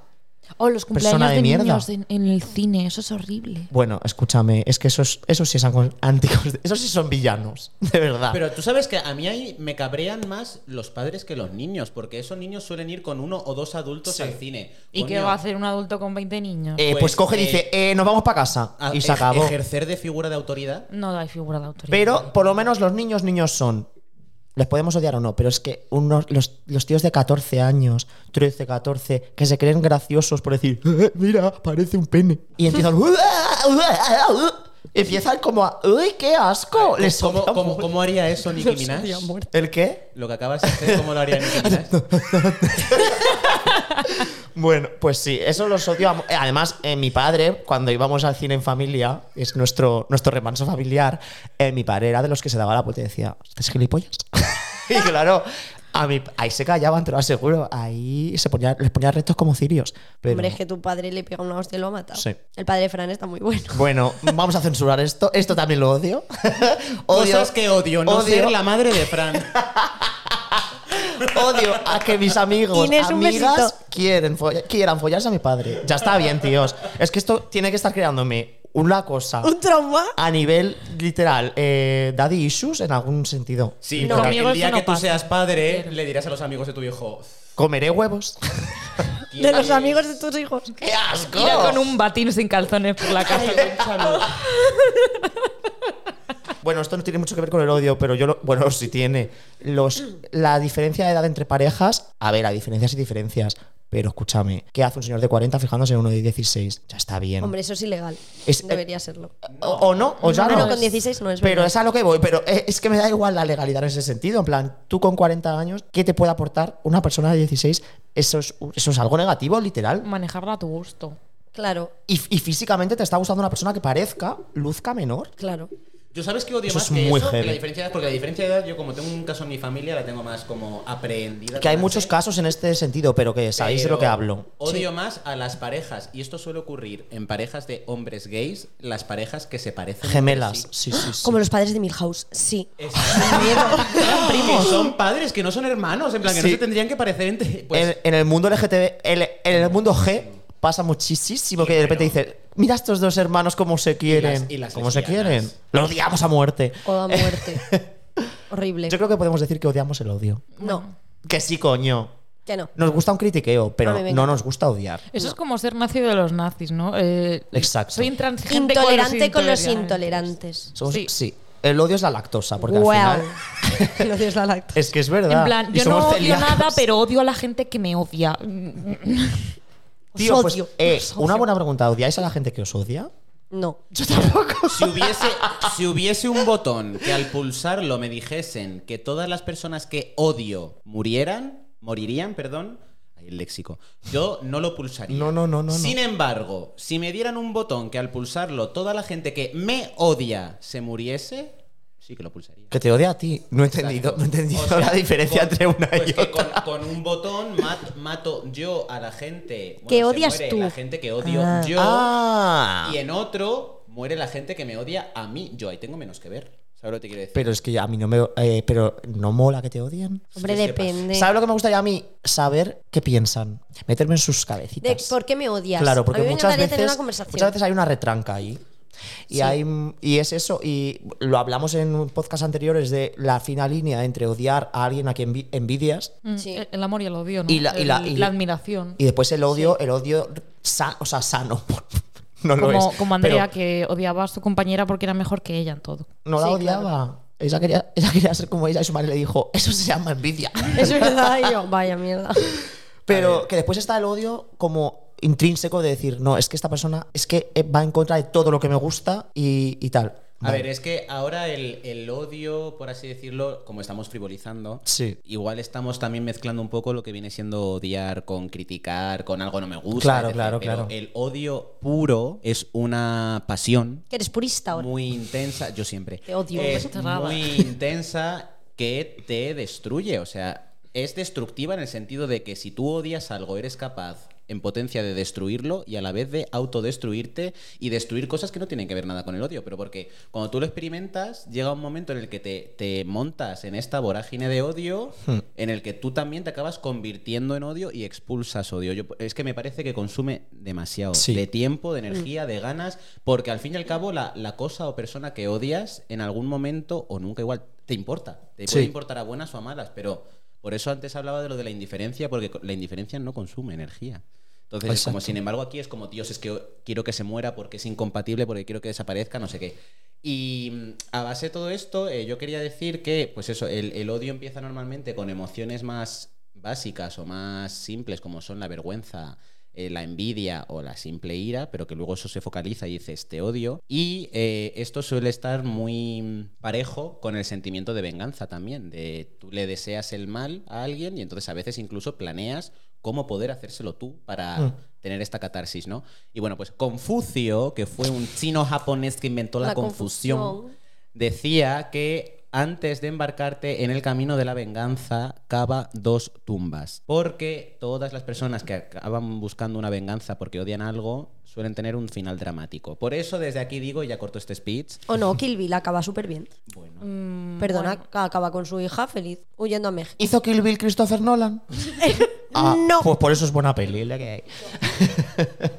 O los cumpleaños Persona de de, mierda. niños en, en el cine, eso es horrible. Bueno, escúchame, es que esos, esos sí son anticos, esos sí son villanos, de verdad. Pero tú sabes que a mí ahí me cabrean más los padres que los niños, porque esos niños suelen ir con uno o dos adultos al cine. ¿Y qué Coño, va a hacer un adulto con 20 niños? Eh, pues, Pues, coge y eh, dice, eh, nos vamos para casa. a- y se ej- acabó. Ejercer de figura de autoridad. No hay figura de autoridad. Pero por lo menos los niños, niños son. Les podemos odiar o no, pero es que unos, los, los tíos de 14 años, 13, 14, que se creen graciosos por decir, "Eh, mira, parece un pene. Y empiezan, "Uah, uah, uah". empiezan como a, uy, qué asco. Les ¿Cómo, odia cómo, mucho. cómo haría eso Nicki Minaj? ¿El qué? Lo que acabas de hacer, ¿cómo lo haría Nicki Minaj? Bueno, pues sí, eso los odio. a mo- eh, Además, eh, mi padre, cuando íbamos al cine en familia, es nuestro, nuestro remanso familiar, eh, mi padre era de los que se daba la puta y decía, ¿estás gilipollas? y claro, a mi, ahí se callaban, te lo aseguro. Ahí se ponía, les ponía retos como cirios. Pero, Hombre, es que tu padre le pega una hostia y lo ha matado. Sí. El padre de Fran está muy bueno. Bueno, vamos a censurar esto. Esto también lo odio. odio Cosas que odio, no odio- ser la madre de Fran. Odio a que mis amigos, Inés, un amigas besito. quieren folla- quieran follarse a mi padre. Ya está bien, tíos. Es que esto tiene que estar creándome una cosa ¿Un trauma? a nivel literal, eh, daddy issues en algún sentido. Sí, No, porque conmigo el día eso no que tú pasa. seas padre, le dirás a los amigos de tu hijo. Comeré huevos. De los amigos de tus hijos. ¡Qué asco! Ir con un batín sin calzones por la casa. Bueno, esto no tiene mucho que ver con el odio, pero yo lo, bueno, sí tiene. Los, la diferencia de edad entre parejas, a ver, hay diferencias y diferencias. Pero escúchame, ¿qué hace un señor de 40 fijándose en uno de 16? Ya está bien. Hombre, eso es ilegal. Es- eh, Debería serlo. O, o no, o ya No, no. no, con 16 no es Pero verdad. es a lo que voy, pero eh, es es que me da igual la legalidad en ese sentido. En plan, tú con 40 años, ¿qué te puede aportar una persona de 16? Eso es, eso es algo negativo, literal. Manejarla a tu gusto. Claro, Y, y físicamente te está gustando una persona que parezca, luzca menor. claro. Yo sabes que odio Eso más es que muy eso, que heavy. la diferencia de edad, porque la diferencia de edad, yo como tengo un caso en mi familia, la tengo más como aprehendida. Que hay ¿no? muchos Sí. casos en este sentido, pero que sabéis de lo que Pero hablo. Odio más a las parejas, y esto suele ocurrir en parejas de hombres gays, las parejas que se parecen. entre Gemelas. Sí, sí. sí, sí. Como los padres de Milhouse, sí. Es- Eran Que primos. son padres, que no son hermanos, en plan, que Sí. Eh, no se tendrían que parecer entre. Pues, en, en el mundo LGTB, el- en el mundo G pasa muchísimo que de repente dices, mira estos dos hermanos cómo se quieren. y las cómo se lesbianas. quieren. Lo odiamos a muerte. O a muerte. Horrible. Yo creo que podemos decir que odiamos el odio. No, Que sí, coño. que no. Nos gusta un critiqueo, A pero mí me no encanta. nos gusta odiar. Eso es como ser nazi de los nazis, ¿no? Eh, Exacto. Soy intransigente Intolerante con los intolerantes. intolerantes. Somos- sí. Sí. El odio es la lactosa, porque wow. al final. Lo Dios la lacta. Es que es verdad. En plan, Y yo somos no odio celíacos. nada, pero odio a la gente que me odia. Mm. Tío, Os pues, odio, eh, os odio. una buena pregunta. ¿Odiáis a la gente que os odia? No. Si hubiese, si hubiese un botón que al pulsarlo me dijesen que todas las personas que odio murieran, morirían, perdón, ahí el léxico, yo no lo pulsaría. No, no, no, no, no. Sin embargo, si me dieran un botón que al pulsarlo toda la gente que me odia se muriese, sí que lo pulsaría. Que te odia a ti. No he entendido, no he entendido O sea, la diferencia con- entre una pues y que otra. Con, con un botón mat- mato yo a la gente bueno, Que se odias muere tú. La gente que odio Ah. yo. Ah. Y en otro muere la gente que me odia a mí. Yo ahí tengo menos que ver. ¿Sabes lo que te quiero decir? Pero es que a mí no me. eh, pero no mola que te odien. Hombre, Es que depende. ¿Sabes lo que me gustaría a mí? Saber qué piensan. Meterme en sus De cabecitas. por qué me odias. Claro, porque a mí me muchas encantaría veces, tener una conversación. muchas veces hay una retranca ahí. Y, hay, y es eso, y lo hablamos en un podcast anteriores de la fina línea entre odiar a alguien a quien envi- envidias Mm, Sí. el, el amor y el odio, ¿no? Y la- y la- El- y- admiración. y después el odio, el odio sa- o sea, sano. no lo como, es. como Andrea, pero que odiaba a su compañera porque era mejor que ella en todo. no la Sí, odiaba. Ella, quería, ella quería ser como ella y su madre le dijo, eso se llama envidia. Eso es verdad, y yo, vaya mierda. Pero que después está el odio como intrínseco de decir, no, es que esta persona es que eh, va en contra de todo lo que me gusta y, y tal. A Vale. ver, es que ahora el, el odio, por así decirlo, como estamos frivolizando, Sí. igual estamos también mezclando un poco lo que viene siendo odiar con criticar, con algo no me gusta. Claro, etc. claro, Pero claro. El odio puro es una pasión Que eres purista ahora. muy intensa, yo siempre. Te odio. Es Te raba. muy intensa que te destruye, o sea, es destructiva en el sentido de que si tú odias algo, eres capaz en potencia de destruirlo y a la vez de autodestruirte y destruir cosas que no tienen que ver nada con el odio, pero porque cuando tú lo experimentas llega un momento en el que te, te montas en esta vorágine de odio en el que tú también te acabas convirtiendo en odio y expulsas odio. Yo, es que me parece que consume demasiado Sí. de tiempo, de energía, de ganas, porque al fin y al cabo la, la cosa o persona que odias en algún momento o nunca igual te importa. Te puede Sí. importar a buenas o a malas, pero por eso antes hablaba de lo de la indiferencia, porque co- la indiferencia no consume energía. Entonces, es como Exacto. sin embargo aquí es como, Dios, es que o- quiero que se muera porque es incompatible, porque quiero que desaparezca, no sé qué. Y mm, a base de todo esto, eh, yo quería decir que, pues eso, el, el odio empieza normalmente con emociones más básicas o más simples, como son la vergüenza, eh, la envidia o la simple ira, pero que luego eso se focaliza y dices, te odio. Y eh, esto suele estar muy mm, parejo con el sentimiento de venganza también, de tú le deseas el mal a alguien y entonces a veces incluso planeas cómo poder hacérselo tú para Mm. tener esta catarsis, ¿no? Y bueno, pues Confucio, que fue un chino japonés que inventó la, La confusión, confusión. decía que antes de embarcarte en el camino de la venganza, cava dos tumbas. Porque todas las personas que acaban buscando una venganza porque odian algo suelen tener un final dramático. Por eso desde aquí digo, y ya corto este speech, O no, Kill Bill acaba súper bien. bueno, Mm, Perdona, bueno. que acaba con su hija feliz, huyendo a México. ¿Hizo Kill Bill Christopher Nolan? no. Pues por eso es buena peli la que hay.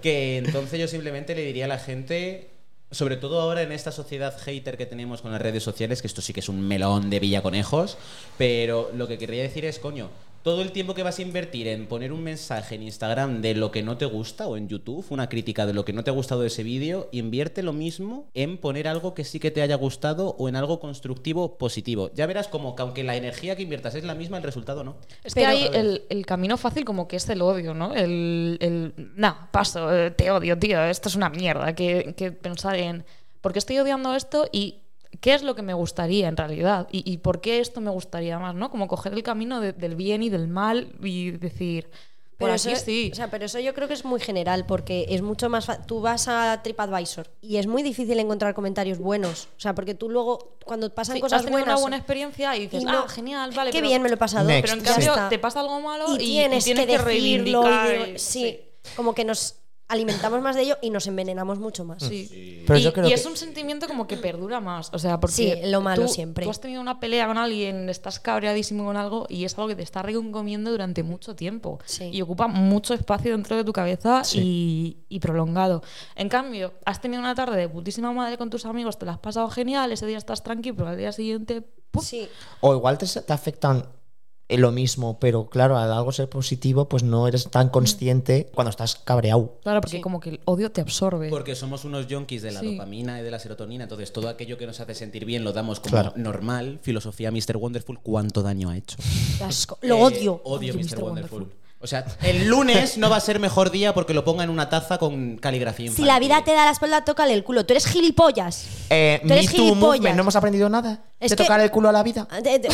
que entonces yo simplemente le diría a la gente, sobre todo ahora en esta sociedad hater que tenemos con las redes sociales, que esto sí que es un melón de villaconejos, pero lo que querría decir es, coño, todo el tiempo que vas a invertir en poner un mensaje en Instagram de lo que no te gusta o en YouTube, una crítica de lo que no te ha gustado de ese vídeo, invierte lo mismo en poner algo que sí que te haya gustado o en algo constructivo positivo. Ya verás como que aunque la energía que inviertas es la misma, el resultado no. Es que Pero- hay el, el camino fácil como que es el odio, ¿no? El, el nah, paso, eh, te odio, tío, esto es una mierda. Que, que pensar en, ¿por qué estoy odiando esto y qué es lo que me gustaría en realidad? ¿Y, y por qué esto me gustaría más, no? Como coger el camino de- del bien y del mal y decir, por Pero aquí eso, sí. o sea, pero eso yo creo que es muy general, porque es mucho más fa- Tú vas a TripAdvisor y es muy difícil encontrar comentarios buenos. O sea, porque tú luego, cuando pasan Sí, has cosas tenido buenas. una buena experiencia y dices, y ah, no- genial, vale. Qué pero- bien me lo he pasado. Next, Pero en sí. Ya cambio está. te pasa algo malo y, y tienes, y tienes que, que, decirlo. y reivindicar. digo- y- sí, como que nos alimentamos más de ello y nos envenenamos mucho más. Sí. Mm. Pero y yo creo y que- es un sentimiento como que perdura más. O sea, porque Mm. Sí, lo malo tú- siempre. Tú has tenido una pelea con alguien, estás cabreadísimo con algo y es algo que te está reconcomiendo durante mucho tiempo. Sí. Y ocupa mucho espacio dentro de tu cabeza Sí. y, y prolongado. En cambio, has tenido una tarde de putísima madre con tus amigos, te la has pasado genial, ese día estás tranquilo, pero al día siguiente. ¡puf! Sí. O igual te, te afectan eh, lo mismo, pero claro, al algo ser positivo, pues no eres tan consciente cuando estás cabreado. Claro, porque como que el odio te absorbe. Porque somos unos yonkis de la Sí. dopamina y de la serotonina, entonces todo aquello que nos hace sentir bien lo damos como Claro. normal. Filosofía Mr. Wonderful, ¿cuánto daño ha hecho? Qué asco. Lo Eh, odio. Odio Mr. Wonderful. O sea, el lunes no va a ser mejor día porque lo ponga en una taza con caligrafía Si infantil. la vida te da la espalda, tócale el culo. Tú eres gilipollas. Eh, Tú eres Me Too gilipollas. Movement, no hemos aprendido nada. Es de que- Ah, tocar el culo a la vida. De- de-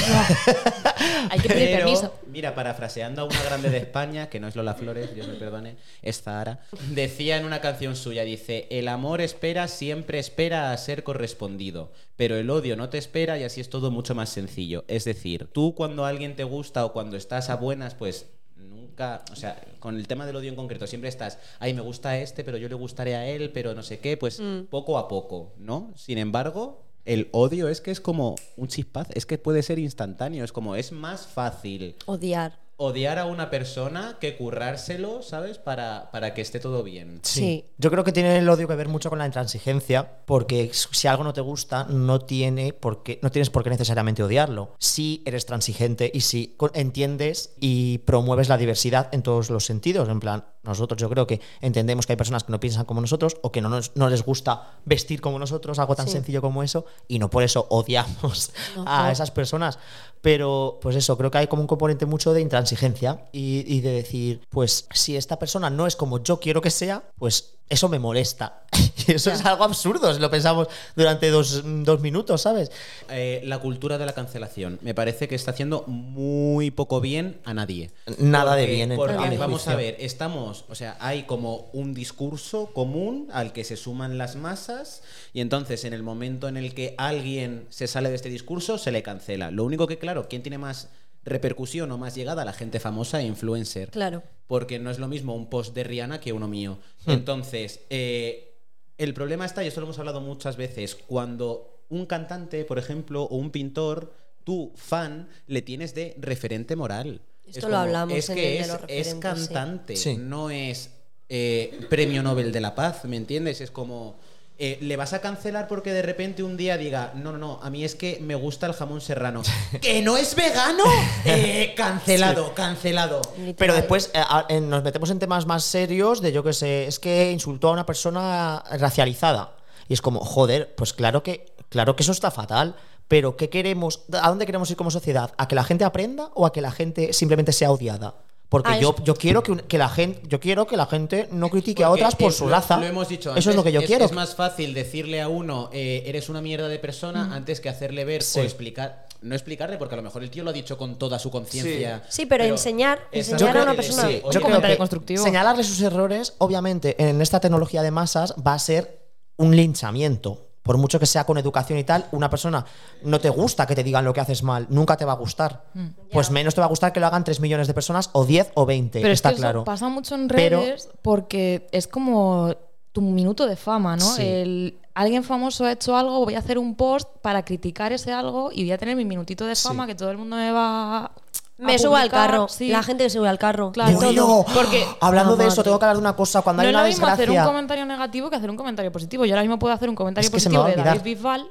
Hay que pedir Pero, permiso. mira, parafraseando a una grande de España, que no es Lola Flores, Dios me perdone, es Zahara, decía en una canción suya, dice, el amor espera, siempre espera a ser correspondido, pero el odio no te espera y así es todo mucho más sencillo. Es decir, tú cuando alguien te gusta o cuando estás a buenas, pues nunca, o sea, con el tema del odio en concreto, siempre estás, ay, me gusta este, pero yo le gustaré a él, pero no sé qué, pues poco a poco, ¿no? Sin embargo... el odio es que es como un chispaz, es que puede ser instantáneo, es como es más fácil Odiar. odiar a una persona que currárselo, ¿sabes? Para, para que esté todo bien. Sí. Yo creo que tiene el odio que ver mucho con la intransigencia, porque si algo no te gusta, no, tiene por qué, no tienes por qué necesariamente odiarlo. Si eres transigente y si co- entiendes y promueves la diversidad en todos los sentidos, en plan, nosotros yo creo que entendemos que hay personas que no piensan como nosotros o que no, nos- no les gusta vestir como nosotros, algo tan Sí. sencillo como eso, y no por eso odiamos a esas personas. Pero, pues eso, creo que hay como un componente mucho de intransigencia y, y de decir, pues si esta persona no es como yo quiero que sea, pues eso me molesta. Y eso es algo absurdo si lo pensamos durante dos, dos minutos, ¿sabes? Eh, la cultura de la cancelación. Me parece que está haciendo muy poco bien a nadie. Nada Porque- de bien. en- porque mi vamos juicio. a ver, estamos, o sea, hay como un discurso común al que se suman las masas y entonces en el momento en el que alguien se sale de este discurso se le cancela. Lo único que claro, ¿quién tiene más repercusión o más llegada? La gente famosa e influencer. Claro. Porque no es lo mismo un post de Rihanna que uno mío. Entonces, eh, el problema está, y esto lo hemos hablado muchas veces, cuando un cantante, por ejemplo, o un pintor, tú, fan, le tienes de referente moral. Esto lo hablamos Es en el que de es, los es referentes, sí. cantante, Sí. no es eh, premio Nobel de la Paz, ¿me entiendes? Es como... eh, ¿Le vas a cancelar porque de repente un día diga, no, no, no, a mí es que me gusta el jamón serrano? ¿Que no es vegano? Eh, cancelado, cancelado. Pero Literal. después eh, a- en- nos metemos en temas más serios de yo que sé, es que insultó a una persona racializada. Y es como, joder, pues claro que, claro que eso está fatal. Pero ¿qué queremos? ¿A dónde queremos ir como sociedad? ¿A que la gente aprenda o a que la gente simplemente sea odiada? Porque Ah, yo, eso- yo quiero que, un- que la gente, yo quiero que la gente no critique a Porque otras por es- su lo- raza. Lo hemos dicho eso es lo que yo quiero. Es más fácil decirle a uno, eh, eres una mierda de persona, antes que hacerle ver Mm. Sí. o explicar. No explicarle, porque a lo mejor el tío lo ha dicho con toda su conciencia. Sí, pero enseñar- Exacto. enseñar a una Yo creo- persona- sí, Yo oye, Yo creo comentario que constructivo. señalarle sus errores, obviamente, en esta tecnología de masas va a ser un linchamiento. Por mucho que sea con educación y tal, una persona no te gusta que te digan lo que haces mal, nunca te va a gustar. Mm. Pues menos te va a gustar que lo hagan 3 millones de personas o 10 o 20, Pero es está que eso claro. pasa mucho en Pero- redes porque es como tu minuto de fama, ¿no? Sí. El, alguien famoso ha hecho algo, voy a hacer un post para criticar ese algo y voy a tener mi minutito de fama que todo el mundo me va a Me subo al publicar, carro. sí. La gente se sube al carro. Claro. Todo. Bueno, porque- hablando de Ah, eso, madre. tengo que hablar de una cosa. Cuando No hay es una lo mismo hacer un desgracia. comentario negativo que hacer un comentario positivo. Yo ahora mismo puedo hacer un comentario Es que se me positivo va a de olvidar. David Bisbal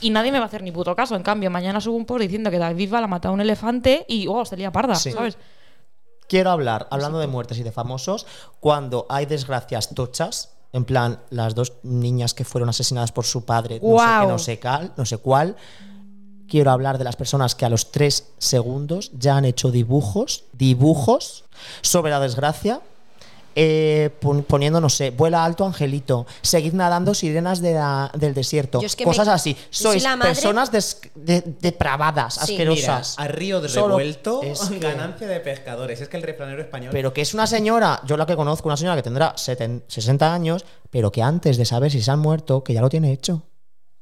y nadie me va a hacer ni puto caso. En cambio, mañana subo un post diciendo que David Bisbal ha matado a un elefante y, oh, se lía parda, Sí. ¿sabes? Quiero hablar, hablando de muertes y de famosos, cuando hay desgracias tochas, en plan, las dos niñas que fueron asesinadas por su padre, no sé qué, Guau. no sé cal- no sé cuál. Quiero hablar de las personas que a los tres segundos ya han hecho dibujos, dibujos sobre la desgracia, eh, pon- poniendo, no sé, vuela alto angelito, seguid nadando sirenas de la- del desierto, Yo es que cosas me- así. yo soy Sois la madre- personas des- de- depravadas, Sí. Mira, asquerosas. a río de Solo- revuelto, Es que- ganancia de pescadores. Es que el refranero español. Pero que es una señora, yo la que conozco, una señora que tendrá seten- 60 años, pero que antes de saber si se han muerto, que ya lo tiene hecho.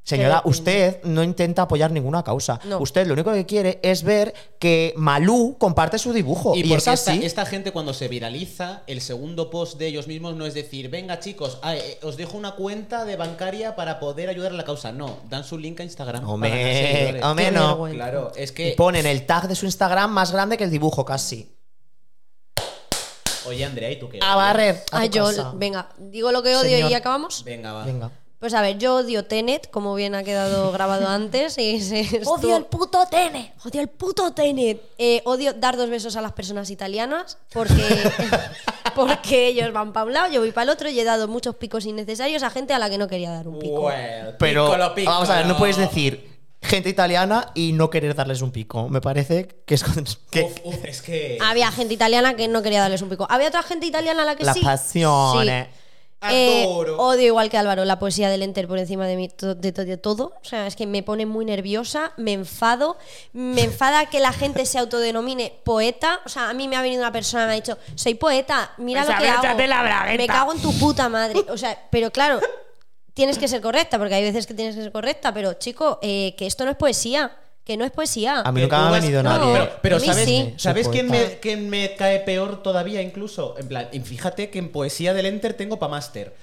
Señora, Pero- usted no intenta apoyar ninguna causa. No. Usted lo único que quiere es ver que Malú comparte su dibujo. Y, Y, porque es así. esta, esta gente cuando se viraliza, el segundo post de ellos mismos no es decir, venga chicos, ah, eh, os dejo una cuenta de bancaria para poder ayudar a la causa. No, dan su link a Instagram. para Hombre, ganar seguidores. hombre, Qué no. vergüenza. Claro, es Y que, ponen el tag de su Instagram más grande que el dibujo, casi. oye Andrea, ¿y tú qué? A barrer. Ah, A tu yo, casa. venga, digo lo que odio Señor. y acabamos. Venga, va. Venga. Pues a ver, yo odio Tenet, como bien ha quedado grabado antes. Y se Odio estuvo- el puto Tene. Odio el puto Tenet. Eh, odio dar dos besos a las personas italianas porque, porque ellos van para un lado, yo voy para el otro y he dado muchos picos innecesarios a gente a la que no quería dar un pico. Bueno, Pero piccolo, piccolo. vamos a ver, no puedes decir gente italiana y no querer darles un pico. Me parece que es... que- Uf, uf, es que. Ah, Había gente italiana que no quería darles un pico. Había otra gente italiana a la que Las sí. pasiones. Sí. Eh, Adoro. odio igual que Álvaro la poesía del Enter por encima de, mí, to- de, to- de todo. O sea, es que me pone muy nerviosa, me enfado, me enfada que la gente se autodenomine poeta. O sea, a mí me ha venido una persona y me ha dicho, soy poeta, mira lo Pues que a ver, hago. échate la bragueta". me cago en tu puta madre. O sea, pero claro, tienes que ser correcta, porque hay veces que tienes que ser correcta, pero chico, eh, que esto no es poesía, que no es poesía. A mí Que nunca tú me ha vas- venido No, nadie. Pero, pero a mí ¿sabes, sí. ¿sabes Soy quién, poeta. me, quién me cae peor todavía incluso? En plan, y fíjate que en poesía del Enter tengo pa' máster.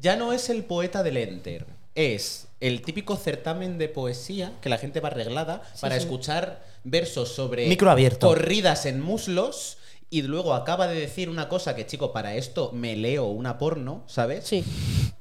Ya no es el poeta del Enter, es el típico certamen de poesía que la gente va arreglada para escuchar versos sobre Micro abierto. corridas en muslos y luego acaba de decir una cosa que, chico, para esto me leo una porno, ¿sabes? Sí.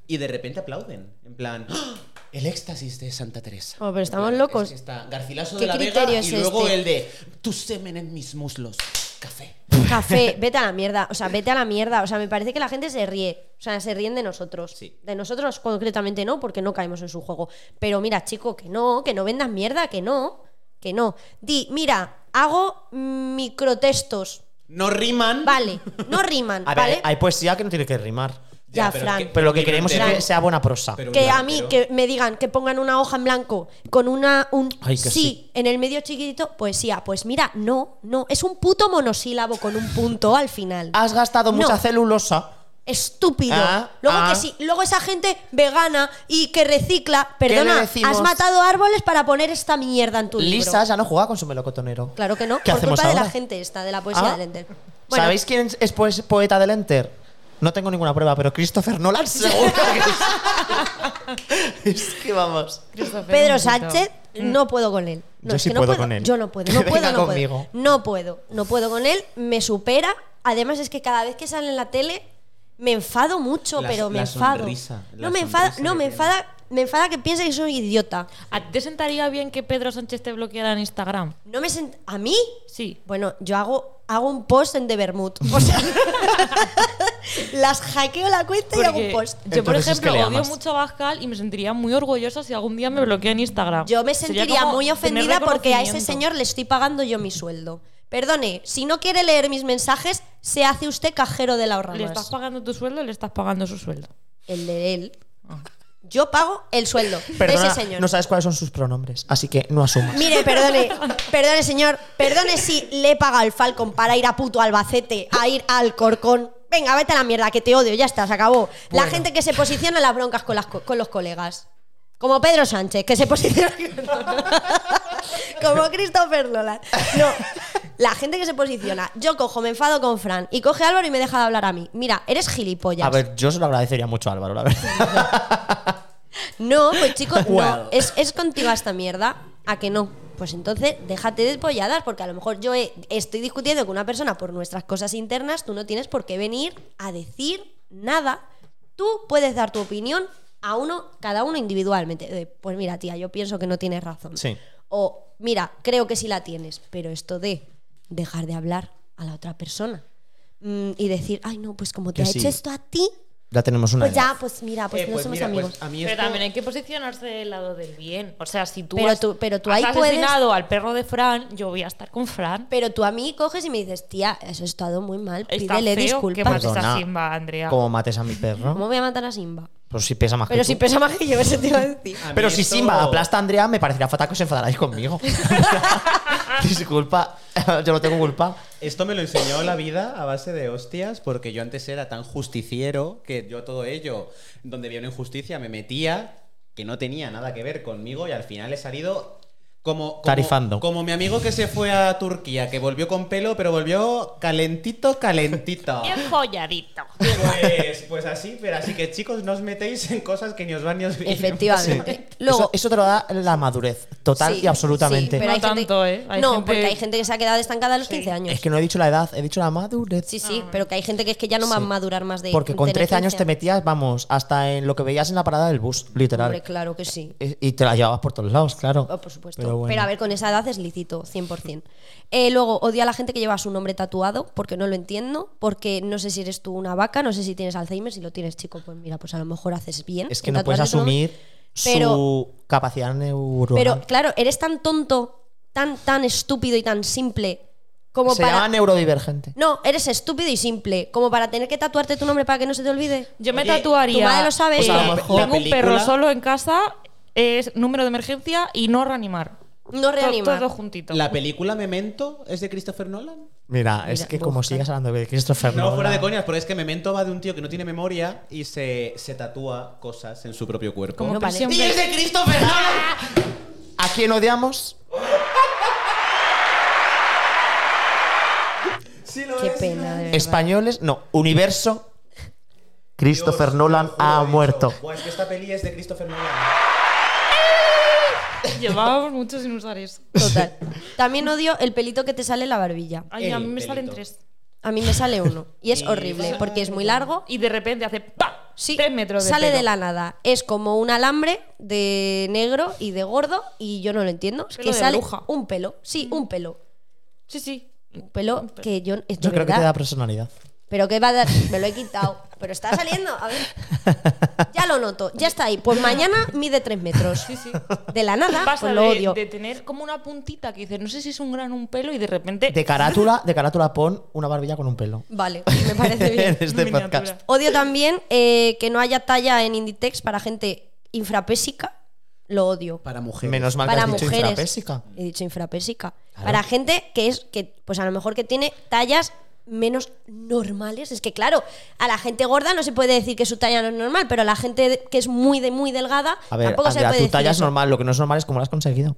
Y de repente aplauden. En plan, ¡Ah! el éxtasis de Santa Teresa. Ah. Oh, pero En estamos plan, locos. es que está Garcilaso ¿Qué de la Vega criterio y es luego este? el de tu semen en mis muslos. Café. Café, vete a la mierda, o sea, vete a la mierda, o sea, me parece que la gente se ríe, o sea, se ríen de nosotros. Sí. De nosotros concretamente no, porque no caemos en su juego. Pero mira, chico, que no, que no vendas mierda, que no, que no. Di, mira, hago microtextos, No riman. Eh, vale, no riman, A ver, ¿vale? hay poesía que no tiene que rimar. Ya, pero Fran. es Pero lo que un libro queremos es entero- que sea buena prosa. Pero un que libro a mí entero- que me digan que pongan una hoja en blanco con una un Ay, sí, que sí. en el medio chiquitito, poesía. Pues mira, no, no, es un puto monosílabo con un punto al final. Has gastado No. mucha celulosa. Estúpido. Ah, luego ah. que sí, luego esa gente vegana y que recicla, le perdona, decimos? has matado árboles para poner esta mierda en tu libro. Lisa ya no juega con su melocotonero. Claro que no, ¿Qué por hacemos culpa de la ahora? gente esta de la poesía Ah. del Enter. Bueno, ¿Sabéis quién es pues, poeta del Enter? No tengo ninguna prueba, pero Christopher Nolan seguro que es. es que vamos. Pedro Sánchez, no puedo con él. No, Yo es sí que no puedo con él. Yo no puedo, Que no venga puedo, no puedo. conmigo. No puedo, no puedo con él, me supera. Además es que cada vez que sale en la tele me enfado mucho, La- pero me la enfado. sonrisa, la no me enfada, sonrisa no que me tiene. enfada, me enfada que piense que soy idiota. ¿A ti te sentaría bien que Pedro Sánchez te bloqueara en Instagram? No me sent- a mí Sí. Bueno, yo hago, hago un post en The Vermouth. O sea, las hackeo la cuenta y hago un Porque post. Yo, por Entonces es que ejemplo, le odio amas. mucho a Bascal y me sentiría muy orgullosa si algún día me bloquea en Instagram. Yo me Sería sentiría como muy tener ofendida porque a ese reconocimiento. señor le estoy pagando yo mi sueldo. Perdone, si no quiere leer mis mensajes, se hace usted cajero de la ahorra ¿Le estás más. pagando tu sueldo o le estás pagando su sueldo? El de él. Ah. Yo pago el sueldo de Perdona, ese señor. no sabes cuáles son sus pronombres, así que no asumas. Mire, perdone, perdone, señor. Perdone si le he pagado al Falcon para ir a puto Albacete, a ir al Corcón. Venga, vete a la mierda, que te odio, ya está, se acabó. La gente que se posiciona en las broncas con, las co- con los colegas. Como Pedro Sánchez, que se posiciona. Como Christopher Nolan. No, la gente que se posiciona. Yo cojo, me enfado con Fran y coge a Álvaro y me deja de hablar a mí. Mira, eres gilipollas. A ver, yo se lo agradecería mucho a Álvaro, la verdad. No, pues chicos, no. Wow. Es, es contigo esta mierda. ¿A que no? Pues entonces déjate de polladas, porque a lo mejor yo he- estoy discutiendo con una persona por nuestras cosas internas, tú no tienes por qué venir a decir nada. Tú puedes dar tu opinión a uno, cada uno individualmente. De, pues mira, tía, yo pienso que no tienes razón. Sí. O mira, creo que sí la tienes, pero esto de dejar de hablar a la otra persona mm, y decir, ay no, pues como te Que ha sí. hecho esto a ti, Ya tenemos una. pues ya, pues mira, pues Eh, no pues somos mira, pues amigos. a mí Pero esto- también hay que posicionarse del lado del bien. O sea, si tú Pero has, tú- pero tú has ahí puedes- asesinado al perro de Fran, yo voy a estar con Fran. Pero tú a mí coges y me dices, tía, eso ha estado muy mal, Está pídele feo que disculpas. mates Perdona. a Simba, Andrea. Como mates a mi perro. ¿Cómo voy a matar a Simba? Pero si pesa más Pero que si tú. pesa más que yo, eso te iba a decir. A mí Pero si esto- Simba aplasta a Andrea, me parecería fatal que os enfadarais conmigo. Disculpa, yo no tengo culpa. Esto me lo enseñó la vida a base de hostias, porque yo antes era tan justiciero que yo todo ello, donde había una injusticia, me metía, que no tenía nada que ver conmigo, y al final he salido como. como- Tarifando. Como mi amigo que se fue a Turquía, que volvió con pelo, pero volvió calentito, calentito. Bien folladito. Pues, pues así, pero así que chicos, no os metéis en cosas que ni os van ni os vienen. Efectivamente. Eso, eh, Luego. eso te lo da la madurez, total sí, y absolutamente. sí, pero No hay gente- tanto, ¿eh? Hay no, gente- porque hay gente que se ha quedado estancada a los 15 años. Es que no he dicho la edad, he dicho la madurez. Sí, Ah. sí, pero que hay gente que es que ya no va a Sí. madurar más de. Porque con tener 13 años 15. te metías, vamos, hasta en lo que veías en la parada del bus, literal. Hombre, claro que sí. E- Y te la llevabas por todos lados, claro. Oh, por supuesto. Pero, Pero bueno. a ver, con esa edad es lícito, 100%. Eh, luego, odio a la gente que lleva su nombre tatuado, porque no lo entiendo, porque no sé si eres tú una vaca, no sé si tienes Alzheimer, si lo tienes chico, pues mira, pues a lo mejor haces bien. es que en no puedes tatuarte tu nombre. asumir Pero- su capacidad neuronal. Pero claro, eres tan tonto, tan, tan estúpido y tan simple como Se para. llama neurodivergente. No, eres estúpido y simple, como para tener que tatuarte tu nombre para que no se te olvide. Yo me Oye, tatuaría. tu madre lo sabe. Pues a lo eh, mejor- tengo un La perro película- solo en casa, es número de emergencia y no reanimar. No To- reanimar. Todo juntito. ¿La película Memento es de Christopher Nolan? Mira, es Mira, que busca. como sigas hablando de Christopher No, Nolan- fuera de coñas, porque es que Memento va de un tío que no tiene memoria y se, se tatúa cosas en su propio cuerpo. Como No, vale. prisión ¡Y per- es de Christopher Nolan! ¿A quién odiamos? Sí lo Qué es, sí lo pena, es. de verdad. Españoles, no, universo. Christopher Dios, Nolan te lo juro, ha he dicho, muerto. "Buah, es que esta peli es de Christopher Nolan. Llevábamos mucho sin usar eso. Total. También odio el pelito que te sale en la barbilla. Ay, a El mí me salen pelito. tres. A mí me sale uno. Y es Y- horrible, porque es muy largo. Y de repente hace ¡pa! Sí, Tres metros de sale pelo. de la nada. Es como un alambre de negro y de gordo y yo no lo entiendo. Es Pelo que de sale bruja. un pelo. Sí, un pelo. Sí, sí. Un pelo que yo... Es de Yo creo que verdad. te da personalidad. Pero que va a dar... Me lo he quitado. Pero está saliendo. A ver. Ya lo noto. Ya está ahí. Pues mañana mide tres metros. Sí, sí. De la nada, Pasa pues lo de, odio. de tener como una puntita que dices, no sé si es un gran o un pelo, y de repente. De carátula, de carátula pon una barbilla con un pelo. Vale, me parece en bien. este miniatura. podcast. Odio también eh, que no haya talla en Inditex para gente infrapésica. Lo odio. Para mujeres. Menos mal que para has dicho mujeres. infrapésica. He dicho infrapésica. Para gente que es, que, pues a lo mejor que tiene tallas menos normales. Es que claro, a la gente gorda no se puede decir que su talla no es normal, pero a la gente de- que es muy de muy delgada A ver, tampoco se le Andrea, puede tu decir talla es eso. normal, lo que no es normal es cómo lo has conseguido.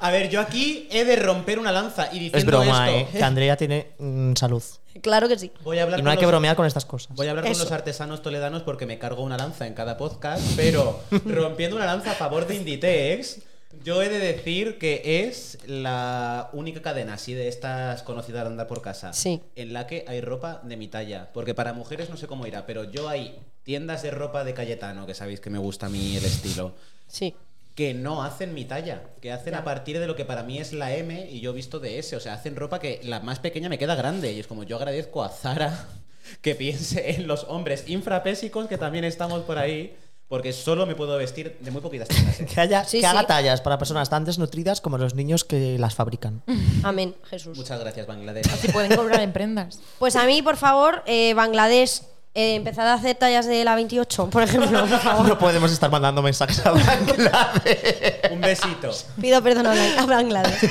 A ver, yo aquí he de romper una lanza y diciendo Es broma, esto. ¿eh? Que Andrea tiene mm, salud. Claro que sí. Voy a hablar Y con no hay que los- bromear con estas cosas. Voy a hablar Eso. con los artesanos toledanos porque me cargo una lanza en cada podcast, pero rompiendo una lanza a favor de Inditex, yo he de decir que es la única cadena así de estas conocidas de andar por casa Sí. en la que hay ropa de mi talla. Porque para mujeres no sé cómo irá, pero yo hay tiendas de ropa de Cayetano, que sabéis que me gusta a mí el estilo, Sí. que no hacen mi talla, que hacen a partir de lo que para mí es la M y yo visto de S. O sea, hacen ropa que la más pequeña me queda grande. Y es como yo agradezco a Zara que piense en los hombres infrapésicos que también estamos por ahí, porque solo me puedo vestir de muy poquitas cosas. ¿eh? Que, haya, Sí, que haga sí. tallas para personas tan desnutridas como los niños que las fabrican. Amén, Jesús. Muchas gracias, Bangladesh. Así pueden cobrar en prendas. Pues a mí, por favor, eh, Bangladesh, eh, empezad a hacer tallas de la 28, por ejemplo. por favor. No podemos estar mandando mensajes a Bangladesh. Un besito. Pido perdón a Bang- a Bangladesh.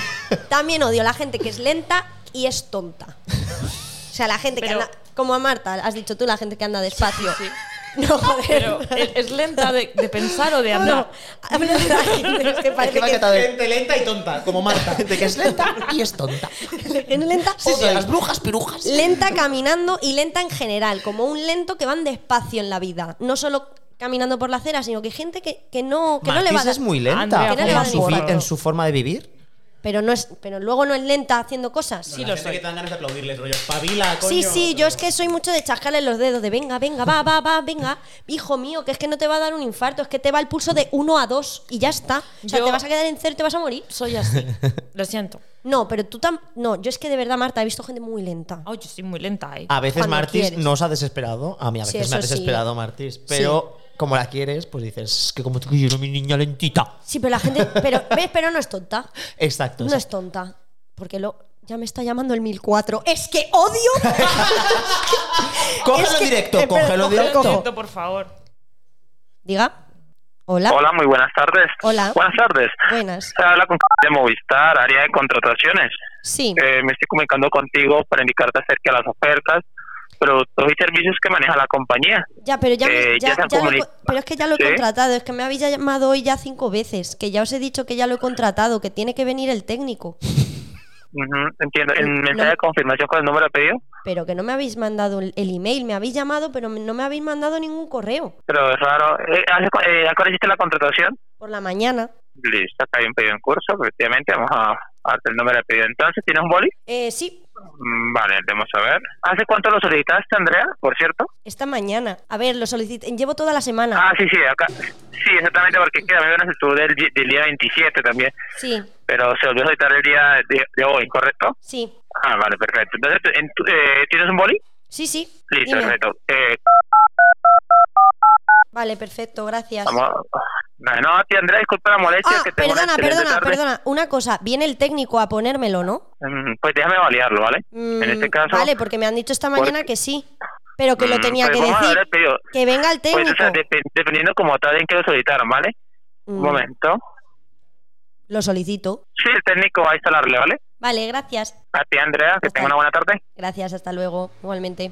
También odio la gente que es lenta y es tonta. O sea, la gente Pero- que anda. Como a Marta, has dicho tú, la gente que anda despacio. No, joder. Pero es, es lenta de, de pensar o de no, no. andar. Hablo de la gente, es que parece va a que quedar- Gente lenta y tonta, como Marta. Gente que es lenta y es tonta. es lenta. Sí, sí, odio. las brujas pirujas. Lenta caminando y lenta en general, como un lento que van despacio en la vida. No solo caminando por la acera, sino que gente que, que no, que no le va a Martis dar- es muy lenta Andrea, Que no le en va su, a dar vi- ni en su forma de vivir. Pero no es, pero luego no es lenta haciendo cosas. Sí, lo sé. que te dan ganas de aplaudirles, rollo. Espabila, coño. Sí, sí, yo es que soy mucho de chascarle los dedos, de venga, venga, va, va, va, venga. Hijo mío, que es que no te va a dar un infarto, es que te va el pulso de 1 a 2 y ya está. O sea, Yo- te vas a quedar en cero y te vas a morir. Soy así. Lo siento. No, pero tú tam. No, yo es que de verdad, Marta, he visto gente muy lenta. Ay, Oh, yo soy muy lenta eh. ahí. Ah, A veces Cuando Martis quieres. nos ha desesperado. A mí a Sí, veces me ha eso sí. desesperado Martis. Pero como la quieres, pues dices, "Es que como tú que yo era mi niña lentita. Sí, pero la gente. Pero, ¿ves? Pero no es tonta. Exacto. No es exacto. tonta. Porque lo. Ya me está llamando el 1004. ¡Es que odio! Cógelo Es que- eh, directo, espera, cógelo cógelo, directo. Lo siento, por favor. Diga. Hola. Hola, muy buenas tardes. ¿Ah? Hola. Buenas tardes. Buenas. Habla con de Movistar, área de contrataciones. Sí. Eh, me estoy comunicando contigo para indicarte acerca de las ofertas, productos y servicios que maneja la compañía. Ya, pero ya, me- Eh, ya, ya se han ya lo he comuni- co- pero es que ya lo he ¿Sí? contratado, es que me habéis llamado hoy ya cinco veces, que ya os he dicho que ya lo he contratado, que tiene que venir el técnico, Ujú, entiendo. ¿El No. mensaje de confirmación con el número de pedido? pero que no me habéis mandado el el email, me habéis llamado, pero me- no me habéis mandado ningún correo Pero es raro. Eh, ¿hace cu- eh, ¿A cuál hiciste la contratación? por la mañana. Listo, acá hay un pedido en curso. Efectivamente, vamos a a darte el número de pedido. Entonces, ¿tienes un boli? Eh, sí, Mm, Vale, vamos a ver. ¿Hace cuánto lo solicitaste, Andrea, por cierto? esta mañana. A ver, lo solicité, llevo toda la semana. Ah, sí, sí, acá. Sí, exactamente, porque queda una solicitud del, di- del día 27 también, Sí, pero se volvió a solicitar el día de, de hoy, ¿correcto? sí, Ah, vale, perfecto. Entonces, ¿tú- en tu- eh, ¿tienes un boli? sí, sí. Listo, dime. perfecto. Eh, Vale, perfecto, gracias. vamos. No, no, a ti, Andrea, disculpa la molestia. Ah, que tengo una perdona, excelente perdona, tarde. perdona. Una cosa, viene el técnico a ponérmelo, ¿no? Mm, Pues déjame validarlo, ¿vale? en Mm, este caso. Vale, porque me han dicho esta mañana porque- que sí, pero que lo Mm, tenía pues que vamos a ver decir. el pedido. Que venga el Pues, técnico. o sea, depe- dependiendo como tal en que lo solicitaron, ¿vale? Mm, Un momento. Lo solicito. Sí, el técnico va a instalarle, ¿vale? Vale, gracias. A ti, Andrea, que Ok. tenga una buena tarde. Gracias, hasta luego, igualmente.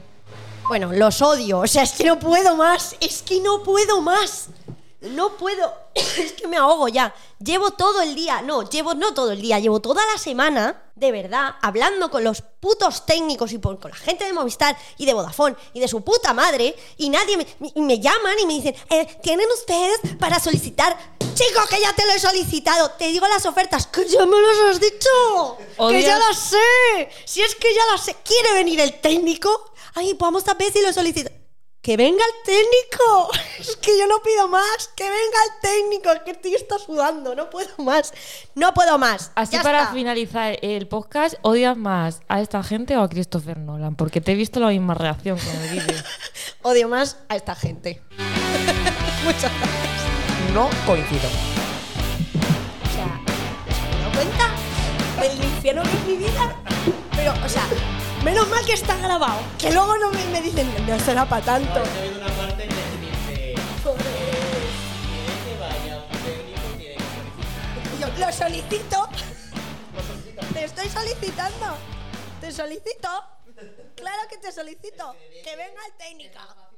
Bueno, los odio. O sea, es que no puedo más. Es que no puedo más. No puedo, es que me ahogo ya. Llevo todo el día, no, llevo no todo el día, llevo toda la semana, de verdad, hablando con los putos técnicos y por- con la gente de Movistar y de Vodafone y de su puta madre, y nadie me, y me llaman y me dicen, eh, ¿tienen ustedes para solicitar? Chicos, que ya te lo he solicitado, te digo las ofertas, que ya me las has dicho, que ya Odias- las sé, si es que ya las sé, ¿quiere venir el técnico? Ay, pues vamos a ver si lo solicito. ¡Que venga el técnico! Es que yo no pido más. ¡Que venga el técnico! Es que el tío está sudando. No puedo más. No puedo más. Así Ya para está. finalizar el podcast, ¿odias más a esta gente o a Christopher Nolan? Porque te he visto la misma reacción con el vídeo. Odio más a esta gente. Muchas gracias. No coincido. O sea, ¿te das cuenta? El infierno que es mi vida. Pero, o sea, menos mal que está grabado. Que luego no me, me dicen, no será para tanto. una parte que dice, que vaya un técnico tiene pues que Yo lo solicito. Te estoy solicitando. Te solicito. Claro que te solicito. Que venga el técnico.